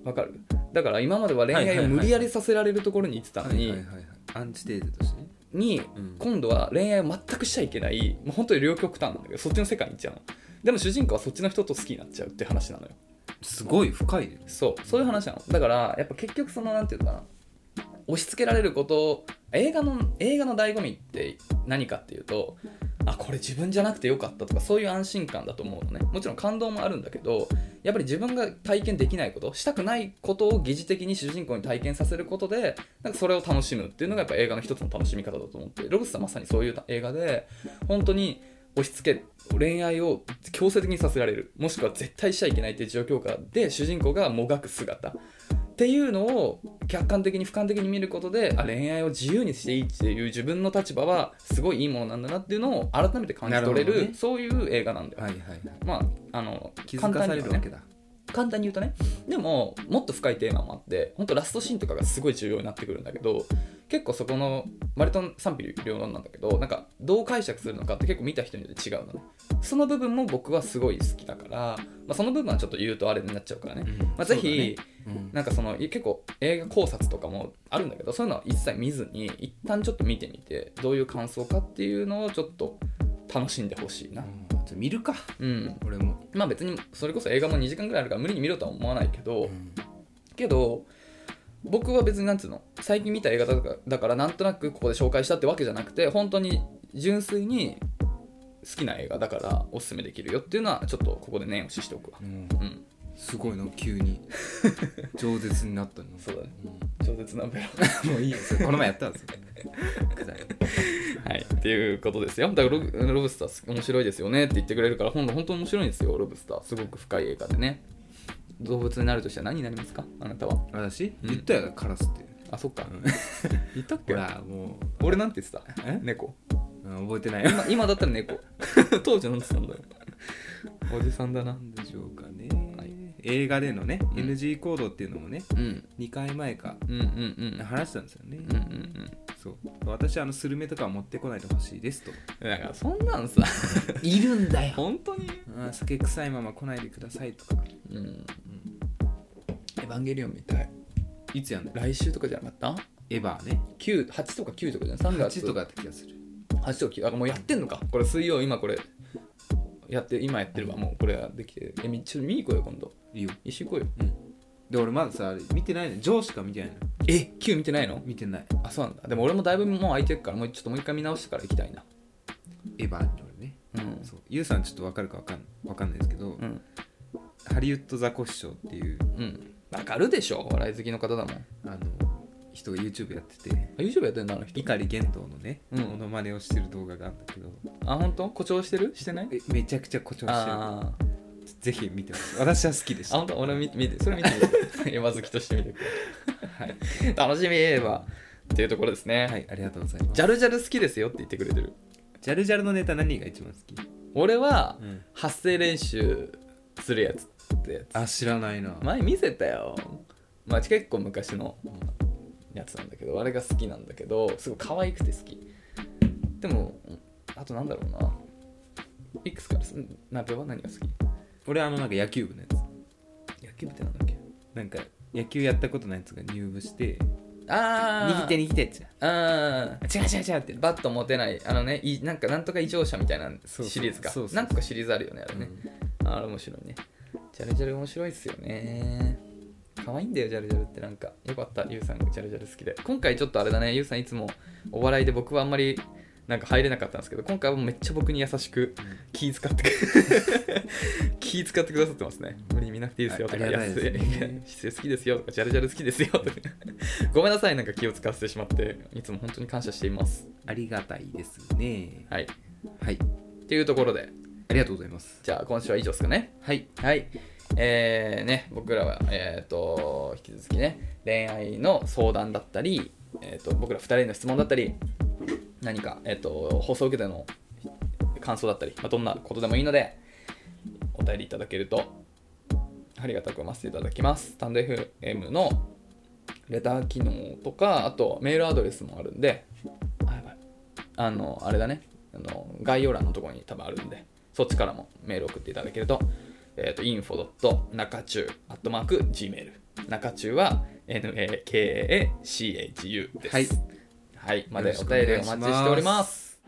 Speaker 2: わかるだから今までは恋
Speaker 1: はい
Speaker 2: 愛
Speaker 1: はい
Speaker 2: を
Speaker 1: はい
Speaker 2: 無理やりさせられるところに行ってたの
Speaker 1: はいはい
Speaker 2: に
Speaker 1: はいはい、アンチテーゼとしてね
Speaker 2: に
Speaker 1: うん
Speaker 2: 今度は恋愛を全くしちゃいけないもう本当に両極端なんだけどそっちの世界に行っちゃうのでも主人公はそっちの人と好きになっちゃうって話なのよ
Speaker 1: すごい深いね
Speaker 2: そうそういう話なのだからやっぱ結局そのなんていうのかな押し付けられることを映画の映画の醍醐味って何かっていうとあこれ自分じゃなくてよかったとかそういう安心感だと思うのねもちろん感動もあるんだけどやっぱり自分が体験できないことしたくないことを疑似的に主人公に体験させることでなんかそれを楽しむっていうのがやっぱ映画の一つの楽しみ方だと思ってロブスターまさにそういう映画で本当に押し付け恋愛を強制的にさせられるもしくは絶対しちゃいけないっていう状況下で主人公がもがく姿っていうのを客観的に俯瞰的に見ることであ恋愛を自由にしていいっていう自分の立場はすごいいいものなんだなっていうのを改めて感じ取
Speaker 1: な
Speaker 2: れ
Speaker 1: るほ
Speaker 2: る
Speaker 1: どね
Speaker 2: そういう映画なんだよ。
Speaker 1: はいはいはい
Speaker 2: まあ、あの
Speaker 1: 気づかされるわけだ、
Speaker 2: 簡単に言うとねでももっと深いテーマもあって本当ラストシーンとかがすごい重要になってくるんだけど結構そこの割と賛否両論なんだけどなんかどう解釈するのかって結構見た人によって違うのねその部分も僕はすごい好きだから、まあ、その部分はちょっと言うとあれになっちゃうからね、まあ、ぜひ、
Speaker 1: そうだねうん
Speaker 2: なんかそのい結構映画考察とかもあるんだけどそういうのは一切見ずに一旦ちょっと見てみてどういう感想かっていうのをちょっと楽しんでほしいな
Speaker 1: うんじゃあ見るか
Speaker 2: うん
Speaker 1: 俺も、
Speaker 2: まあ別にそれこそ映画も2時間ぐらいあるから無理に見ろとは思わないけど、けど僕は別になんつうの最近見た映画だからだからなんとなくここで紹介したってわけじゃなくて本当に純粋に好きな映画だからおすすめできるよっていうのはちょっとここで念押ししておくわ
Speaker 1: うん
Speaker 2: うん
Speaker 1: すごいな急 に饒舌になったの
Speaker 2: そうだね
Speaker 1: う
Speaker 2: 超絶なベロ
Speaker 1: んもういいよそれこの前やったんですよくだらない
Speaker 2: はいっていうことですよだからロブロブスター面白いですよねって言ってくれるから今度本当に面白いんですよロブスターすごく深い映画でね動物になるとしたら何になりますかあなたは
Speaker 1: 私
Speaker 2: うん
Speaker 1: 言ったよカラスって
Speaker 2: あそっか
Speaker 1: ん
Speaker 2: 言ったっ
Speaker 1: ほ
Speaker 2: け
Speaker 1: らも
Speaker 2: 俺なんて言ってた
Speaker 1: え
Speaker 2: 猫
Speaker 1: う、うん覚えてないよ
Speaker 2: 今今だったら猫 当時なんて言ってたんだ よおじさんだな
Speaker 1: 何でしょうかね、
Speaker 2: はい
Speaker 1: 映画でのね、
Speaker 2: ん
Speaker 1: NG 行動っていうのもね
Speaker 2: うん
Speaker 1: 2回前か
Speaker 2: うんうんうん
Speaker 1: 話したんですよね、
Speaker 2: うんうん
Speaker 1: そう私あのスルメとかは持ってこないでほしいですと
Speaker 2: うんだからそんなん さ
Speaker 1: いるんだよ
Speaker 2: 本当に
Speaker 1: 酒臭いまま来ないでくださいとか
Speaker 2: うんエヴァンゲリオンみたい
Speaker 1: いつやんの
Speaker 2: 来週とかじゃなかった
Speaker 1: エヴァね
Speaker 2: 9 8とか9とかじゃない3月
Speaker 1: 8とかだった気がする
Speaker 2: 8とか9あもうやってんのかこれ水曜今これやって今やってるわもうこれはできてるえみちょっと見に行こうよ今度
Speaker 1: いいよ
Speaker 2: 一緒に行こうよ
Speaker 1: で俺まださあれ見てないの上しか見てないの
Speaker 2: え9見てないの
Speaker 1: 見てない
Speaker 2: あそうなんだでも俺もだいぶもう空いてるからもうちょっともう一回見直してから行きたいな
Speaker 1: エヴァに俺ね
Speaker 2: うん
Speaker 1: そうユウさんちょっと分かるか分かんわかんないですけど、
Speaker 2: うん
Speaker 1: ハリウッドザコシショウっていう
Speaker 2: うんわかるでしょお笑い好きの方だもんあ
Speaker 1: あの人が YouTube やってて
Speaker 2: YouTube やってんだあの人
Speaker 1: 碇玄斗のね、
Speaker 2: うん
Speaker 1: モノマネをしてる動画があるんだけど
Speaker 2: あ本当誇張してるしてない
Speaker 1: えめちゃくちゃ誇張し
Speaker 2: あ
Speaker 1: てるぜひ見てほしい私は好きでし
Speaker 2: ーあ
Speaker 1: た
Speaker 2: 本当俺見見てそれ見て みるエヴァ好きとして見てくれ楽しみエヴァっていうところですね、
Speaker 1: はいありがとうございます
Speaker 2: ジャルジャル好きですよって言ってくれてる
Speaker 1: ジャルジャルのネタ何が一番好き
Speaker 2: 俺は
Speaker 1: うん
Speaker 2: 発声練習するやつってやつ
Speaker 1: あ知らないな
Speaker 2: 前見せたよまあ結構昔のやつなんだけどあれが好きなんだけどすごい可愛くて好きでもあとなんだろうないくつからす鍋は何が好き
Speaker 1: 俺あのなんか野球部のやつ
Speaker 2: 野球部ってなんだっけ
Speaker 1: なんか野球やったことないやつが入部して
Speaker 2: ああ
Speaker 1: 握って握ってっちゃ
Speaker 2: ああ
Speaker 1: 違う違う違うって
Speaker 2: バット持てないあのねいなんかなんとか異常者みたいな
Speaker 1: そうそう
Speaker 2: シリーズか
Speaker 1: そうそう
Speaker 2: なんとかシリーズあるよねあれね、あれ面白いね。ジャルジャル面白いっすよね。可愛いんだよ、ジャルジャルってなんか。よかった、ゆうさんがジャルジャル好きで。今回ちょっとあれだね、ゆうさんいつもお笑いで僕はあんまりなんか入れなかったんですけど、今回はめっちゃ僕に優しく気 遣ってく気遣ってくださってますね。無理見なくていいですよとか、
Speaker 1: あありがたいですね
Speaker 2: 安い姿勢好きですよとか、ジャルジャル好きですよとか。ごめんなさい、なんか気を使わせてしまって、いつも本当に感謝しています。
Speaker 1: ありがたいですね
Speaker 2: はい。
Speaker 1: はい
Speaker 2: っていうところで、
Speaker 1: ありがとうございます
Speaker 2: じゃあ今週は以上ですかね。
Speaker 1: はい
Speaker 2: はい。えーね、僕らは、えー、と引き続きね恋愛の相談だったり、えー、と僕ら2人への質問だったり何か、えー、と放送を受けての感想だったり、まあ、どんなことでもいいのでお便りいただけるとありがたく読ませていただきますスタンド FM のレター機能とかあとメールアドレスもあるんであやばいあのあれだねあの概要欄のところに多分あるんでそっちからもメール送っていただけるとえっ、ー、と info.nakachu.gmail 中中は nakachu です
Speaker 1: はい
Speaker 2: はい、までお便りお待ちしております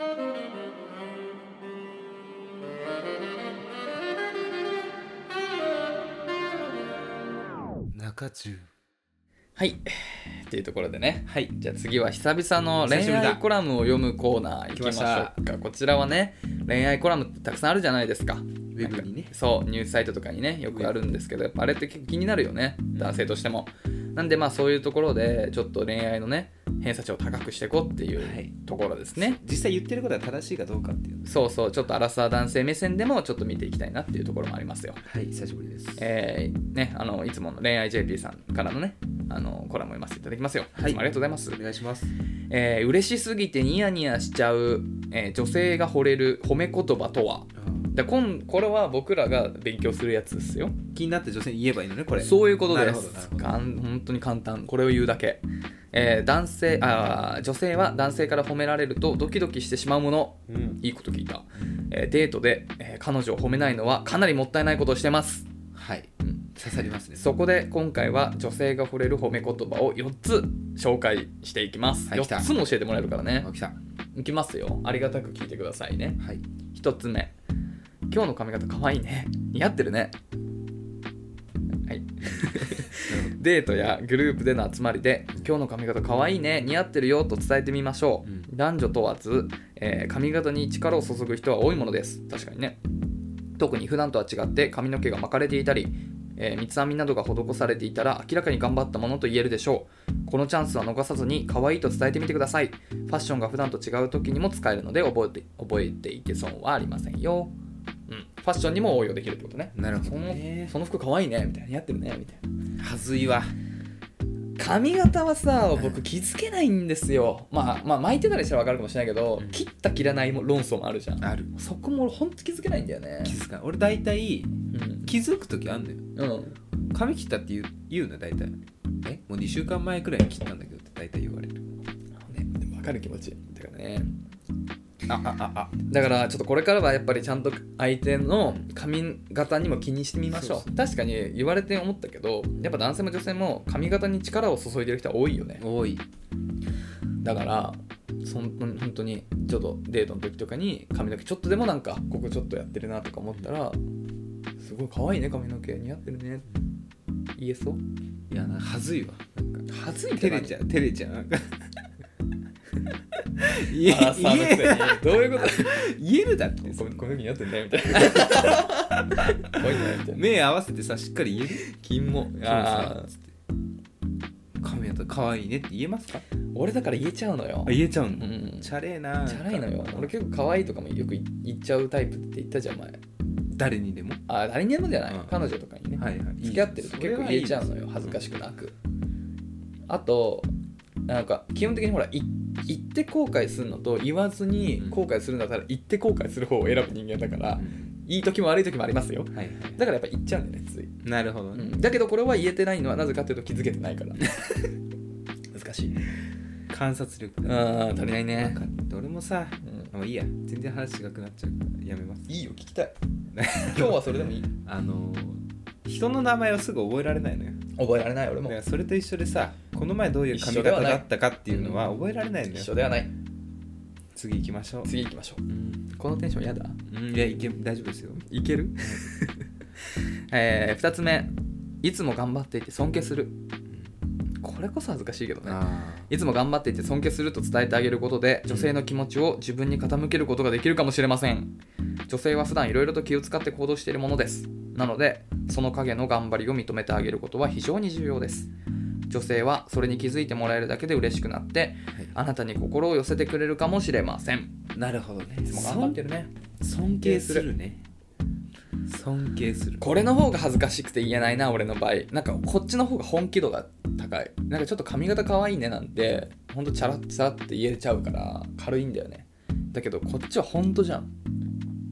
Speaker 1: 中中
Speaker 2: はい。っていうところでね。はい。じゃあ次は久々の恋愛コラムを読むコーナーいきましょうか。こちらはね、恋愛コラムってたくさんあるじゃないですか。ウ
Speaker 1: ェブにね
Speaker 2: そう、ニュースサイトとかにね、よくあるんですけど、やっぱあれって結構気になるよね。男性としても。なんでまあそういうところで、ちょっと恋愛のね、偏差値を高くしていこうってい
Speaker 1: はい
Speaker 2: ところですね。
Speaker 1: 実際言ってることは正しいかどうかっていうの
Speaker 2: そうそう、ちょっとアラサー男性目線でもちょっと見ていきたいなっていうところもありますよ。
Speaker 1: はい久しぶりです
Speaker 2: えーね、あのいつもの恋愛 JP さんからのねあのコラム読ませていただきますよ、
Speaker 1: はい
Speaker 2: いつもありがとうございます
Speaker 1: お、願いします
Speaker 2: えー嬉しすぎてニヤニヤしちゃう、えー女性が惚れる褒め言葉とはだこんこれは僕らが勉強するやつですよ
Speaker 1: 気になって女性に言えばいいのねこれ
Speaker 2: そういうこと
Speaker 1: な
Speaker 2: で
Speaker 1: るほどなる
Speaker 2: す
Speaker 1: ほど
Speaker 2: かん本当に簡単これを言うだけ、えー男性あー女性は男性から褒められるとドキドキしてしまうもの
Speaker 1: うん
Speaker 2: いいこと聞いた、えーデートで、えー彼女を褒めないのはかなりもったいないことをしてます
Speaker 1: はい
Speaker 2: うん
Speaker 1: 刺さりますね
Speaker 2: そこで今回は女性が惚れる褒め言葉を4つ紹介していきます、
Speaker 1: はい来た
Speaker 2: 4つも教えてもらえるからね
Speaker 1: あ来た
Speaker 2: いきますよありがたく聞いてくださいね
Speaker 1: はい
Speaker 2: 1つ目今日の髪型かわいいね似合ってるねはいデートやグループでの集まりで「今日の髪型かわいいね似合ってるよ」と伝えてみましょう、
Speaker 1: うん
Speaker 2: 男女問わず、えー髪型に力を注ぐ人は多いものです確かにね特に普段とは違って髪の毛が巻かれていたり、えー三つ編みなどが施されていたら明らかに頑張ったものと言えるでしょうこのチャンスは逃さずに可愛いと伝えてみてくださいファッションが普段と違う時にも使えるので覚えて覚えていて損はありませんよ、うん、ファッションにも応用できるってことね
Speaker 1: なるほ
Speaker 2: そ
Speaker 1: ど
Speaker 2: の
Speaker 1: ね
Speaker 2: その服可愛いねみたいな似合ってるねみたいな
Speaker 1: はずいわ
Speaker 2: 髪型はさ僕気づけないんですよまあまあ巻いてたりしたら分かるかもしれないけど、
Speaker 1: うん
Speaker 2: 切った切らないも論争もあるじゃん
Speaker 1: ある
Speaker 2: そこも俺ほんと気づけないんだよね
Speaker 1: 気づかない俺大体
Speaker 2: うん
Speaker 1: 気づく時あんのよ
Speaker 2: うん
Speaker 1: 髪切ったって言う言うのよ大体えもう2週間前くらいに切ったんだけどって大体言われる
Speaker 2: ね、でも分かる気持ちだからね
Speaker 1: ああああ
Speaker 2: だからちょっとこれからはやっぱりちゃんと相手の髪型にも気にしてみましょう
Speaker 1: そうそ
Speaker 2: 確かに言われて思ったけどやっぱ男性も女性も髪型に力を注いでる人は多いよね
Speaker 1: 多い
Speaker 2: だからそん本当にちょっとデートの時とかに髪の毛ちょっとでもなんかここちょっとやってるなとか思ったらすごい可愛いね髪の毛似合ってるね言えそう
Speaker 1: いやなはず いわなんか
Speaker 2: はずい
Speaker 1: 照れち
Speaker 2: ゃ
Speaker 1: ゃう照れちゃうなんか言 え言え
Speaker 2: どういうこと
Speaker 1: 言えるだって
Speaker 2: ここの時にやってんねみた いな。こういうのやってんね。
Speaker 1: 目合わせてさしっかり言える
Speaker 2: 金も
Speaker 1: そうですねつって髪型可愛いねって言えますかあ
Speaker 2: 俺だから言えちゃうのよ。
Speaker 1: 言えちゃう
Speaker 2: う
Speaker 1: の、
Speaker 2: ん。
Speaker 1: チ
Speaker 2: チ
Speaker 1: ャレーな
Speaker 2: ャラいのよ。俺結構可愛いとかもよく言っちゃうタイプって言ったじゃん前。
Speaker 1: 誰にでも
Speaker 2: あ、誰にでもじゃない
Speaker 1: うん。
Speaker 2: 彼女とかにね。
Speaker 1: いはい
Speaker 2: 付き合ってると結構言えちゃうのよ。恥ずかしくなく。あと、なんか基本的にほら、い言って後悔するのと言わずに後悔するんだったら言って後悔する方を選ぶ人間だから、いい時も悪い時もありますよ。
Speaker 1: はいはい
Speaker 2: だからやっぱ言っちゃうんだよね、つい。
Speaker 1: なるほど
Speaker 2: う
Speaker 1: ね、
Speaker 2: ん、だけどこれは言えてないのはなぜかというと気づけてないから 難しい
Speaker 1: 観察力が
Speaker 2: あー足りないね
Speaker 1: 分、かった俺もさ
Speaker 2: うん、
Speaker 1: もういいや全然話違くなっちゃうからやめます
Speaker 2: いいよ聞きた い今日はそれでもいい
Speaker 1: あの人の名前をすぐ覚えられないのよ
Speaker 2: 覚えられない俺
Speaker 1: だ
Speaker 2: も
Speaker 1: からそれと一緒でさこの前どういう髪
Speaker 2: 一緒で
Speaker 1: 型
Speaker 2: はない
Speaker 1: だったかっていうのは覚えられないのよ
Speaker 2: 一緒ではない
Speaker 1: 次行きましょう
Speaker 2: 次行きましょう
Speaker 1: うん
Speaker 2: このテンションやだ
Speaker 1: うんいやいけ大丈夫ですよ
Speaker 2: いける えー、2つ目いつも頑張っていて尊敬するこれこそ恥ずかしいけどね
Speaker 1: あ
Speaker 2: いつも頑張っていて尊敬すると伝えてあげることで女性の気持ちを自分に傾けることができるかもしれません女性は普段いろいろと気を使って行動しているものですなのでその影の頑張りを認めてあげることは非常に重要です女性はそれに気づいてもらえるだけで嬉しくなって、
Speaker 1: はい
Speaker 2: あなたに心を寄せてくれるかもしれません
Speaker 1: あなるほどね
Speaker 2: いつも頑張ってるね
Speaker 1: 尊敬するね尊敬する
Speaker 2: これの方が恥ずかしくて言えないな俺の場合なんかこっちの方が本気度が高いなんかちょっと髪型可愛いねなんてほんとチャラッチャラって言えちゃうから軽いんだよねだけどこっちは本当じゃん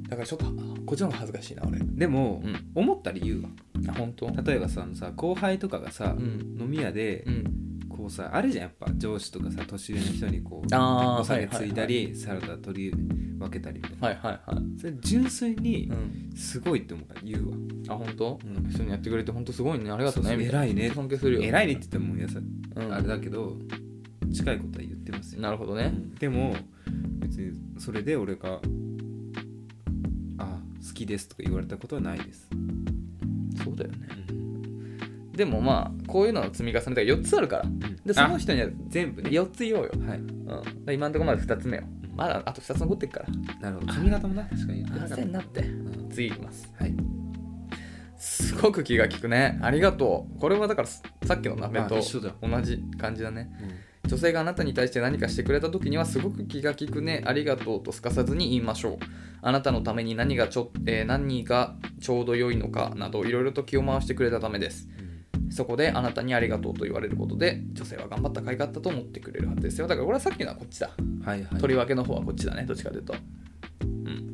Speaker 2: だからちょっとあこっちの方が恥ずかしいな俺
Speaker 1: でも、
Speaker 2: うん
Speaker 1: 思った理由は
Speaker 2: あ本当
Speaker 1: 例えばさあのさ後輩とかがさ、
Speaker 2: うん
Speaker 1: 飲み屋で
Speaker 2: うん
Speaker 1: こうさあるじゃんやっぱ上司とかさ年上の人にこう
Speaker 2: あー
Speaker 1: お酒
Speaker 2: はいはい
Speaker 1: つ
Speaker 2: はい
Speaker 1: いたり、サラダ取り分けたりみたいな、
Speaker 2: はいはいはい、
Speaker 1: それ純粋に
Speaker 2: うん、
Speaker 1: すごいって思うから言うわ、
Speaker 2: あ本当、
Speaker 1: うん
Speaker 2: 一緒にやってくれて本当すごいねありがとうね
Speaker 1: そうそう
Speaker 2: みた
Speaker 1: 偉いね
Speaker 2: 尊敬するよ
Speaker 1: 偉いねって言ってもやさ、
Speaker 2: うん
Speaker 1: あれだけど近いことは言ってますよ、
Speaker 2: なるほど
Speaker 1: う
Speaker 2: ね
Speaker 1: んでも別にそれで俺が「あ好きです」とか言われたことはないです、
Speaker 2: そうだよねでもまあこういうのの積み重ねが4つあるからでその人には
Speaker 1: 全部ね
Speaker 2: 4つ言おうよ
Speaker 1: はい
Speaker 2: うん、今のところまで2つ目よまだあと2つ残ってるか
Speaker 1: な
Speaker 2: ら
Speaker 1: るほど髪型もな確かに
Speaker 2: 汗になって次いきます
Speaker 1: はい
Speaker 2: すごく気が利くねありがとうこれはだからさっきの鍋と
Speaker 1: あ一緒だ
Speaker 2: 同じ感じだね女性があなたに対して何かしてくれた時にはすごく気が利くねありがとうとすかさずに言いましょうあなたのために何がちょ、えー何がちょうど良いのかなどいろいろと気を回してくれたためですそこであなたにありがとうと言われることで女性は頑張った甲斐があったと思ってくれるはずですよだからこれはさっきのはこっちだ
Speaker 1: はいはい
Speaker 2: とりわけの方はこっちだねどっちかというと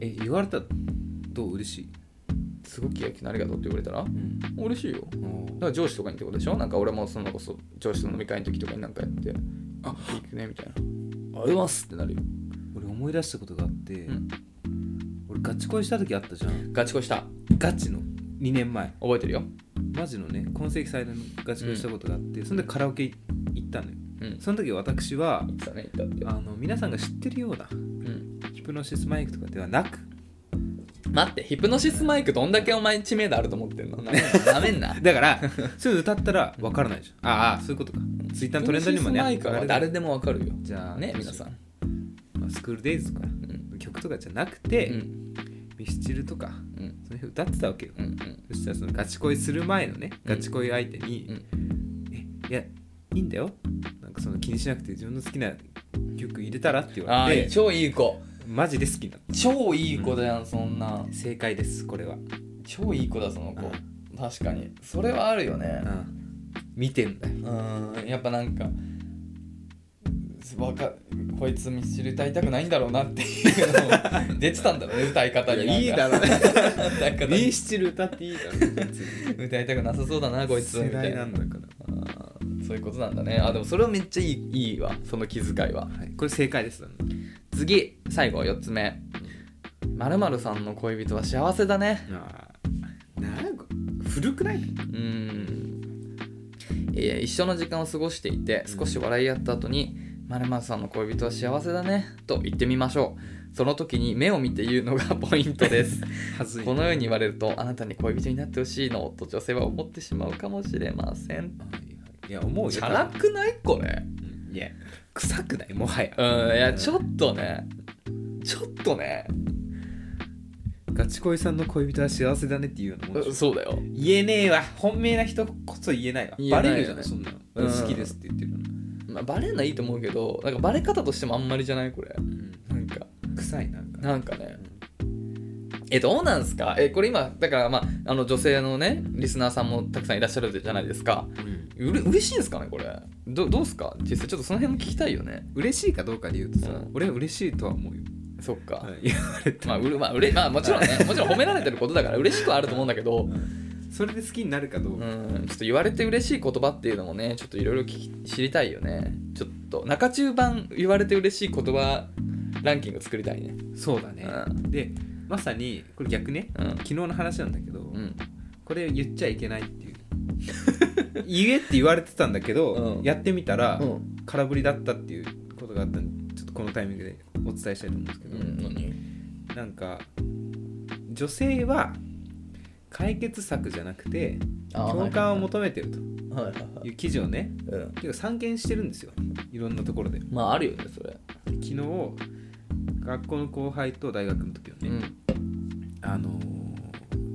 Speaker 1: え言われたらどう嬉しい、
Speaker 2: すごく気が利くねありがとうって言われたら
Speaker 1: うん
Speaker 2: 嬉しいよだから上司とかにってことでしょなんか俺もそのこそ上司と飲み会の時とかになんかやって「あいくね」みたいな「ありがとうございます」ってなるよ
Speaker 1: 俺思い出したことがあって、
Speaker 2: うん
Speaker 1: 俺ガチ恋した時あったじゃん
Speaker 2: ガチ恋した
Speaker 1: ガチの2年前
Speaker 2: 覚えてるよ
Speaker 1: マジのね今世紀最大のガチ恋したことがあって、そんでカラオケ行ったのよ
Speaker 2: うん
Speaker 1: その時私は
Speaker 2: 言ってたね言ったって
Speaker 1: あの皆さんが知ってるような
Speaker 2: うん
Speaker 1: ヒプノシスマイクとかではなく
Speaker 2: 待ってヒプノシスマイクどんだけお前知名度あると思ってん のなめんななめんな
Speaker 1: だからそれ歌ったら分からないじゃんああそういうことかツイッターのトレンドにもね
Speaker 2: ヒプノシスマイクは誰でもわかるよ
Speaker 1: じゃあ
Speaker 2: ね皆さん
Speaker 1: まあスクールデイズとか
Speaker 2: うん
Speaker 1: 曲とかじゃなくて、
Speaker 2: うん
Speaker 1: ミスチルとか
Speaker 2: うん
Speaker 1: その辺歌ってたわけよ、
Speaker 2: うんうん
Speaker 1: そしたらそのガチ恋する前のねガチ恋相手に「えいやいいんだよなんかその気にしなくて自分の好きな曲入れたら?」って言
Speaker 2: あ
Speaker 1: わ
Speaker 2: あ
Speaker 1: れて
Speaker 2: 超いい子
Speaker 1: マジで好きになっ
Speaker 2: 超いい子じゃんそんな
Speaker 1: た正解ですこれは、
Speaker 2: 超いい子だその子
Speaker 1: う
Speaker 2: 確かにそれはあるよね
Speaker 1: うん、見てんだよ
Speaker 2: うーんやっぱなんかわかこいつミスチル歌いたくないんだろうなっていうのも出てたんだろ うね歌い方になんか
Speaker 1: いやいいだろう ね
Speaker 2: 歌い方
Speaker 1: ミ
Speaker 2: に
Speaker 1: スチル歌っていいだろ別に
Speaker 2: 歌いたくなさそうだなこいつみ
Speaker 1: 世
Speaker 2: たい
Speaker 1: 代
Speaker 2: な
Speaker 1: なんだから
Speaker 2: あーそういうことなんだねあでもそれはめっちゃいいいいわその気遣いは
Speaker 1: はい、これ正解です、
Speaker 2: 次最後4つ目まるまるさんの恋人は幸せだね
Speaker 1: ああなんか古くないう
Speaker 2: ーんいや一緒の時間を過ごしていて少し笑い合った後に「まるまるさんの恋人は幸せだね」と言ってみましょうその時に目を見て言うのが ポイントです
Speaker 1: はずい
Speaker 2: このように言われると「あなたに恋人になってほしいの」と女性は思ってしまうかもしれません
Speaker 1: いや思うよ
Speaker 2: チャラくないこれ
Speaker 1: うんいや臭くないもはや
Speaker 2: うんいやちょっとねちょっとね
Speaker 1: ガチ恋さんの恋人は幸せだねっていうのも
Speaker 2: うそうだよ
Speaker 1: 言えねえわ本命な人こそ言えないわ
Speaker 2: 言えな
Speaker 1: バ
Speaker 2: いよ
Speaker 1: レ
Speaker 2: ね
Speaker 1: るじゃないそんなの
Speaker 2: うん
Speaker 1: 好きですって言ってるの、
Speaker 2: まあ、バレるのはいいと思うけどなんかバレ方としてもあんまりじゃないこれなんか
Speaker 1: 臭いなんか
Speaker 2: なんかねえどうなんですかえこれ今だからまああの女性のねリスナーさんもたくさんいらっしゃるじゃないですか
Speaker 1: うん
Speaker 2: うれ嬉しいんですかねこれどどうですか実際ちょっとその辺も聞きたいよね
Speaker 1: 嬉しいかどうかで言うとさ、
Speaker 2: うん
Speaker 1: 俺は嬉しいとは思うよ、
Speaker 2: そっか、
Speaker 1: 言われた
Speaker 2: まあうれまあうれまあもちろんねもちろん褒められてることだから嬉しくはあると思うんだけど
Speaker 1: それで好きになるかどう
Speaker 2: う
Speaker 1: か、
Speaker 2: んちょっと言われて嬉しい言葉っていうのもねちょっといろいろ聞き知りたいよねちょっと中中盤言われて嬉しい言葉ランキング作りたいね
Speaker 1: そうだね、
Speaker 2: う
Speaker 1: でまさにこれ逆ね
Speaker 2: うん
Speaker 1: 昨日の話なんだけど、
Speaker 2: うん
Speaker 1: これ言っちゃいけないっていう言えって言われてたんだけど、
Speaker 2: うん
Speaker 1: やってみたら、
Speaker 2: うん
Speaker 1: 空振りだったっていうことがあったんでちょっとこのタイミングでお伝えしたいと思うんですけど、
Speaker 2: 何
Speaker 1: なんか女性は解決策じゃなくて
Speaker 2: あー
Speaker 1: 共感を求めてると
Speaker 2: はいはいはい
Speaker 1: いう記事をね
Speaker 2: うん
Speaker 1: 結構散見してるんですよいろんなところで
Speaker 2: まああるよねそれ
Speaker 1: 昨日学校の後輩と大学の時はね、
Speaker 2: うん
Speaker 1: あのー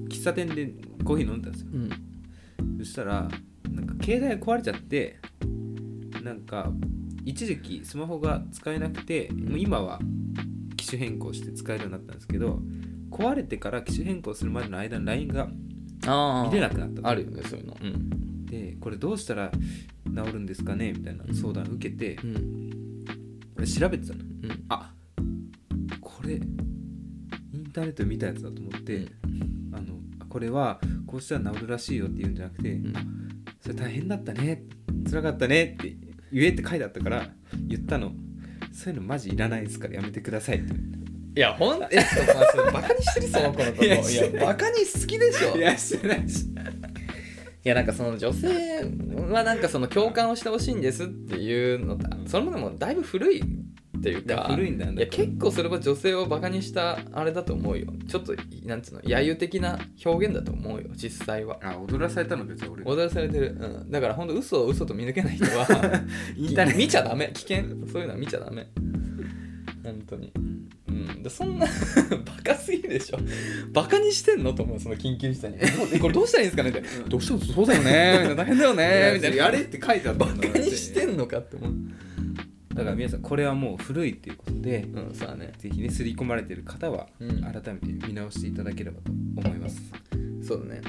Speaker 1: 喫茶店でコーヒー飲んでたんですよ
Speaker 2: うん
Speaker 1: そしたらなんか携帯が壊れちゃってなんか一時期スマホが使えなくてもう今は機種変更して使えるようになったんですけど壊れてから機種変更するまでの間に LINE が
Speaker 2: ああ
Speaker 1: 見れなくなった
Speaker 2: あるよねそういうのうん
Speaker 1: でこれどうしたら治るんですかねみたいな相談受けて
Speaker 2: うん
Speaker 1: 俺調べてたの
Speaker 2: うん
Speaker 1: あこれインターネットで見たやつだと思って、あのこれはこうしたら治るらしいよって言うんじゃなくて、
Speaker 2: ん
Speaker 1: あそれ大変だったね辛かったねって言えって書いてあったから言ったのそういうのマジいらないですからやめてくださいって
Speaker 2: いやほんえっとまあそれバカにしてるその子のこと
Speaker 1: い
Speaker 2: い
Speaker 1: や
Speaker 2: や
Speaker 1: してない
Speaker 2: バカに好きでし ょ
Speaker 1: いやしてないし
Speaker 2: いやなんかその女性はなんかその共感をしてほしいんですっていうのだそれもでもだいぶ古いっていう
Speaker 1: いや
Speaker 2: か
Speaker 1: 古いんだよ
Speaker 2: いや結構それは女性をバカにしたあれだと思うよちょっとなんつうの揶揄的な表現だと思うよ実際は
Speaker 1: あ踊らされたの別に俺
Speaker 2: 踊らされてる、うん、だからほんと嘘を嘘と見抜けない人は
Speaker 1: インターネット
Speaker 2: 見ちゃダメ危険そういうのは見ちゃダメ本当にうん、でそんな バカすぎるでしょバカにしてんのと思うその緊急事態にえこれどうしたらいいんですかねって、どうしたらそうだよ ねみたいな大変だよねみたいな
Speaker 1: やれって書いてあった
Speaker 2: バカにしてんのかって思う
Speaker 1: だから皆さんこれはもう古いっていうことで、
Speaker 2: うんさあね
Speaker 1: ぜひね刷り込まれてる方は
Speaker 2: うん
Speaker 1: 改めて見直していただければと思います、
Speaker 2: そうだね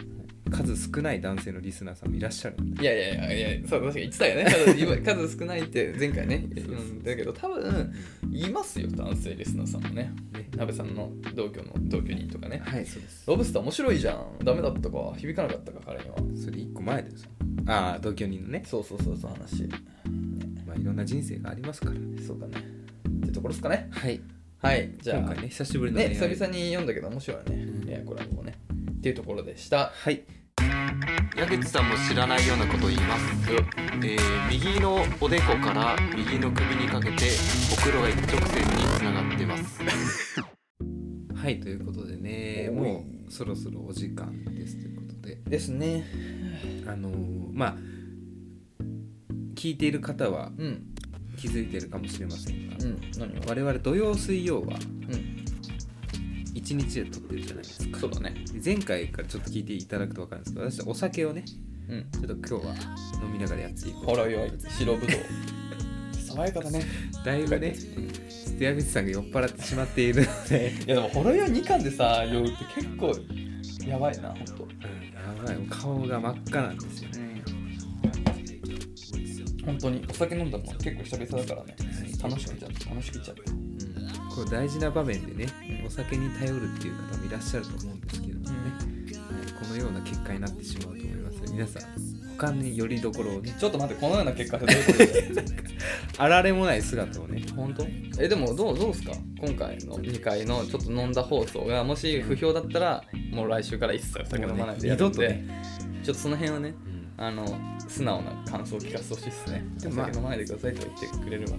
Speaker 1: 数少ない男性のリスナーさんもいらっしゃる
Speaker 2: いやいやいやいやそう確かに言って たよね数今数少ないって前回ね
Speaker 1: そうそうそう
Speaker 2: うんだけど多分いますよ男性リスナーさんもね
Speaker 1: ね
Speaker 2: 鍋さんの同居の同居人とかね
Speaker 1: はいそうです
Speaker 2: ロブスター面白いじゃんダメだったか響かなかったか彼には
Speaker 1: それ1個前ですああ同居人のね、
Speaker 2: そうそうそうそう話
Speaker 1: まあ、いろんな人生がありますから
Speaker 2: そうだねってところですかね
Speaker 1: はい
Speaker 2: はいじゃあ
Speaker 1: 今回ね久しぶりの
Speaker 2: ね
Speaker 1: 恋
Speaker 2: 久
Speaker 1: 愛
Speaker 2: 々に読んだけど面白いよね、
Speaker 1: うん
Speaker 2: エアコラボもねっていうところでした
Speaker 1: はい
Speaker 3: 矢口さんも知らないようなことを言います、えー右のおでこから右の首にかけてお風呂が一直線につながってます
Speaker 1: はいということでね
Speaker 2: おい
Speaker 1: もうそろそろお時間ですということで
Speaker 2: ですね
Speaker 1: あのーまあ聞いている方は
Speaker 2: うん
Speaker 1: 気づいているかもしれませんが、
Speaker 2: うん何を
Speaker 1: 我々土曜水曜は
Speaker 2: うん
Speaker 1: 1日で撮ってるじゃないですか
Speaker 2: そうだね
Speaker 1: で前回からちょっと聞いていただくと分かるんですけど私はお酒をねち
Speaker 2: うん
Speaker 1: ょっと今日は飲みながらやっていこ
Speaker 2: ほろ酔い白ぶどう 爽やかだね
Speaker 1: うだいぶね矢口さんが酔っ払ってしまっているので
Speaker 2: いやでもほろ酔い2巻でさ酔うって結構やばいな本当
Speaker 1: やばい顔が真っ赤なんですよね、
Speaker 2: 本当にお酒飲んだのも結構久々だからね楽しくちゃった楽しくちゃった
Speaker 1: こう大事な場面でね、
Speaker 2: うん
Speaker 1: お酒に頼るっていう方もいらっしゃると思うんですけれどもね、はいこのような結果になってしまうと思いますので皆さん他によりどころをね
Speaker 2: ちょっと待ってこのような結果ってどういうことで すか
Speaker 1: あられもない姿をね
Speaker 2: 本当えでもどうどうすか今回の2回のちょっと飲んだ放送がもし不評だったらもう来週から一切お酒飲まないでやるん
Speaker 1: もう
Speaker 2: で、
Speaker 1: ね
Speaker 2: ちょっとその辺はねあの素直な感想を聞かせてほしいですね
Speaker 1: で
Speaker 2: お
Speaker 1: もまあ
Speaker 2: 酒飲まないでくださいと言ってくれれば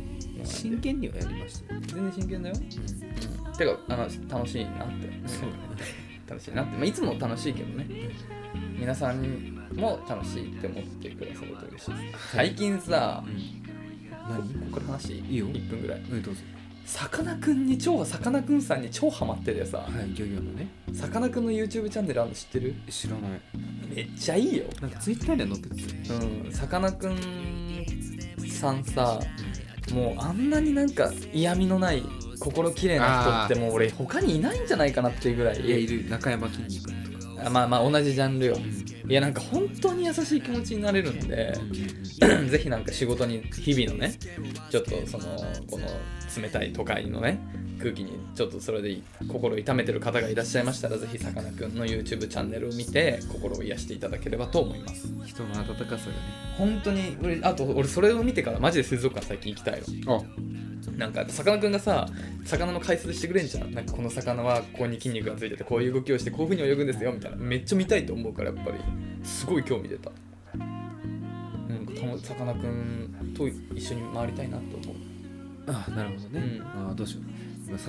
Speaker 1: 真剣にはやりましたよ、
Speaker 2: 全然真剣だよ、うん、てかあの楽しいなって
Speaker 1: そうだね
Speaker 2: 楽しいなって、まあ、いつも楽しいけどね皆さんも楽しいって思ってくださると嬉しいです最近さ、ここから話
Speaker 1: いいよ
Speaker 2: 1分ぐらい
Speaker 1: 何うんどうぞ
Speaker 2: さかなクンに超さかなクンさんに超ハマっててさ
Speaker 1: はい漁業のね
Speaker 2: さかなクンの YouTube チャンネルあるの知ってる
Speaker 1: 知らない
Speaker 2: めっちゃいいよ
Speaker 1: なんかツイッターには載ってたよね
Speaker 2: うんさかなクンさんさもうあんなになんか嫌味のない心綺麗な人ってもう俺他にいないんじゃないかなっていうぐらい
Speaker 1: いやいる中山きんに君とか
Speaker 2: あまあまあ同じジャンルよ
Speaker 1: うん
Speaker 2: いやなんか本当に優しい気持ちになれるんで ぜひなんか仕事に日々のねちょっとそのこの冷たい都会のね空気にちょっとそれで心痛めてる方がいらっしゃいましたらぜひさかなクンの YouTube チャンネルを見て心を癒していただければと思います
Speaker 1: 人の温かさ
Speaker 2: 本当に俺あと俺それを見てからマジで水族館最近行きたいよ
Speaker 1: がね
Speaker 2: なんかさかなクンがさ魚の解説してくれんじゃんなんかこの魚はここに筋肉がついててこういう動きをしてこういうふうに泳ぐんですよみたいなめっちゃ見たいと思うからやっぱりすごい興味出たうんたのさかなクンと一緒に回りたいなと思う
Speaker 1: ああなるほどね、
Speaker 2: うん
Speaker 1: ああどうしよう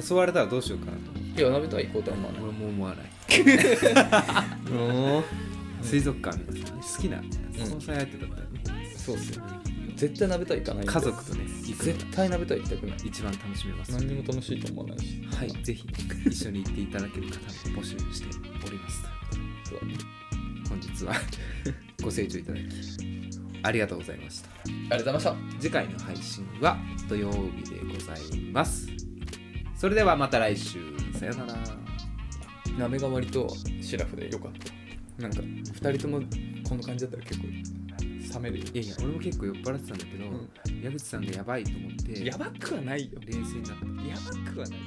Speaker 1: 誘われたらどうしようかなと思
Speaker 2: いや鍋とは行こうとは思わない
Speaker 1: 俺も思わない
Speaker 2: うん
Speaker 1: 水族館皆さんね好きな
Speaker 2: うん
Speaker 1: 交際相手だったらね、
Speaker 2: そうっすよ絶対鍋とは行かないんで
Speaker 1: 家族とね行くのが
Speaker 2: 絶対鍋とは行きたくない
Speaker 1: 一番楽しめます
Speaker 2: 何にも楽しいと思わないし
Speaker 1: はいぜひ一緒に行っていただける方も募集しております
Speaker 2: そうだね
Speaker 1: 本日はご清聴いただきありがとうございました
Speaker 2: ありがとうございました
Speaker 1: 次回の配信は土曜日でございますそれではまた来週さよなら
Speaker 2: 鍋が割とシラフでよかったなんか2人ともこの感じだったら結構冷めるよ
Speaker 1: いやいや俺も結構酔っ払ってたんだけど、
Speaker 2: うん
Speaker 1: 矢口さんがやばいと思って
Speaker 2: やばくはないよ
Speaker 1: 冷静になった
Speaker 2: やばくはない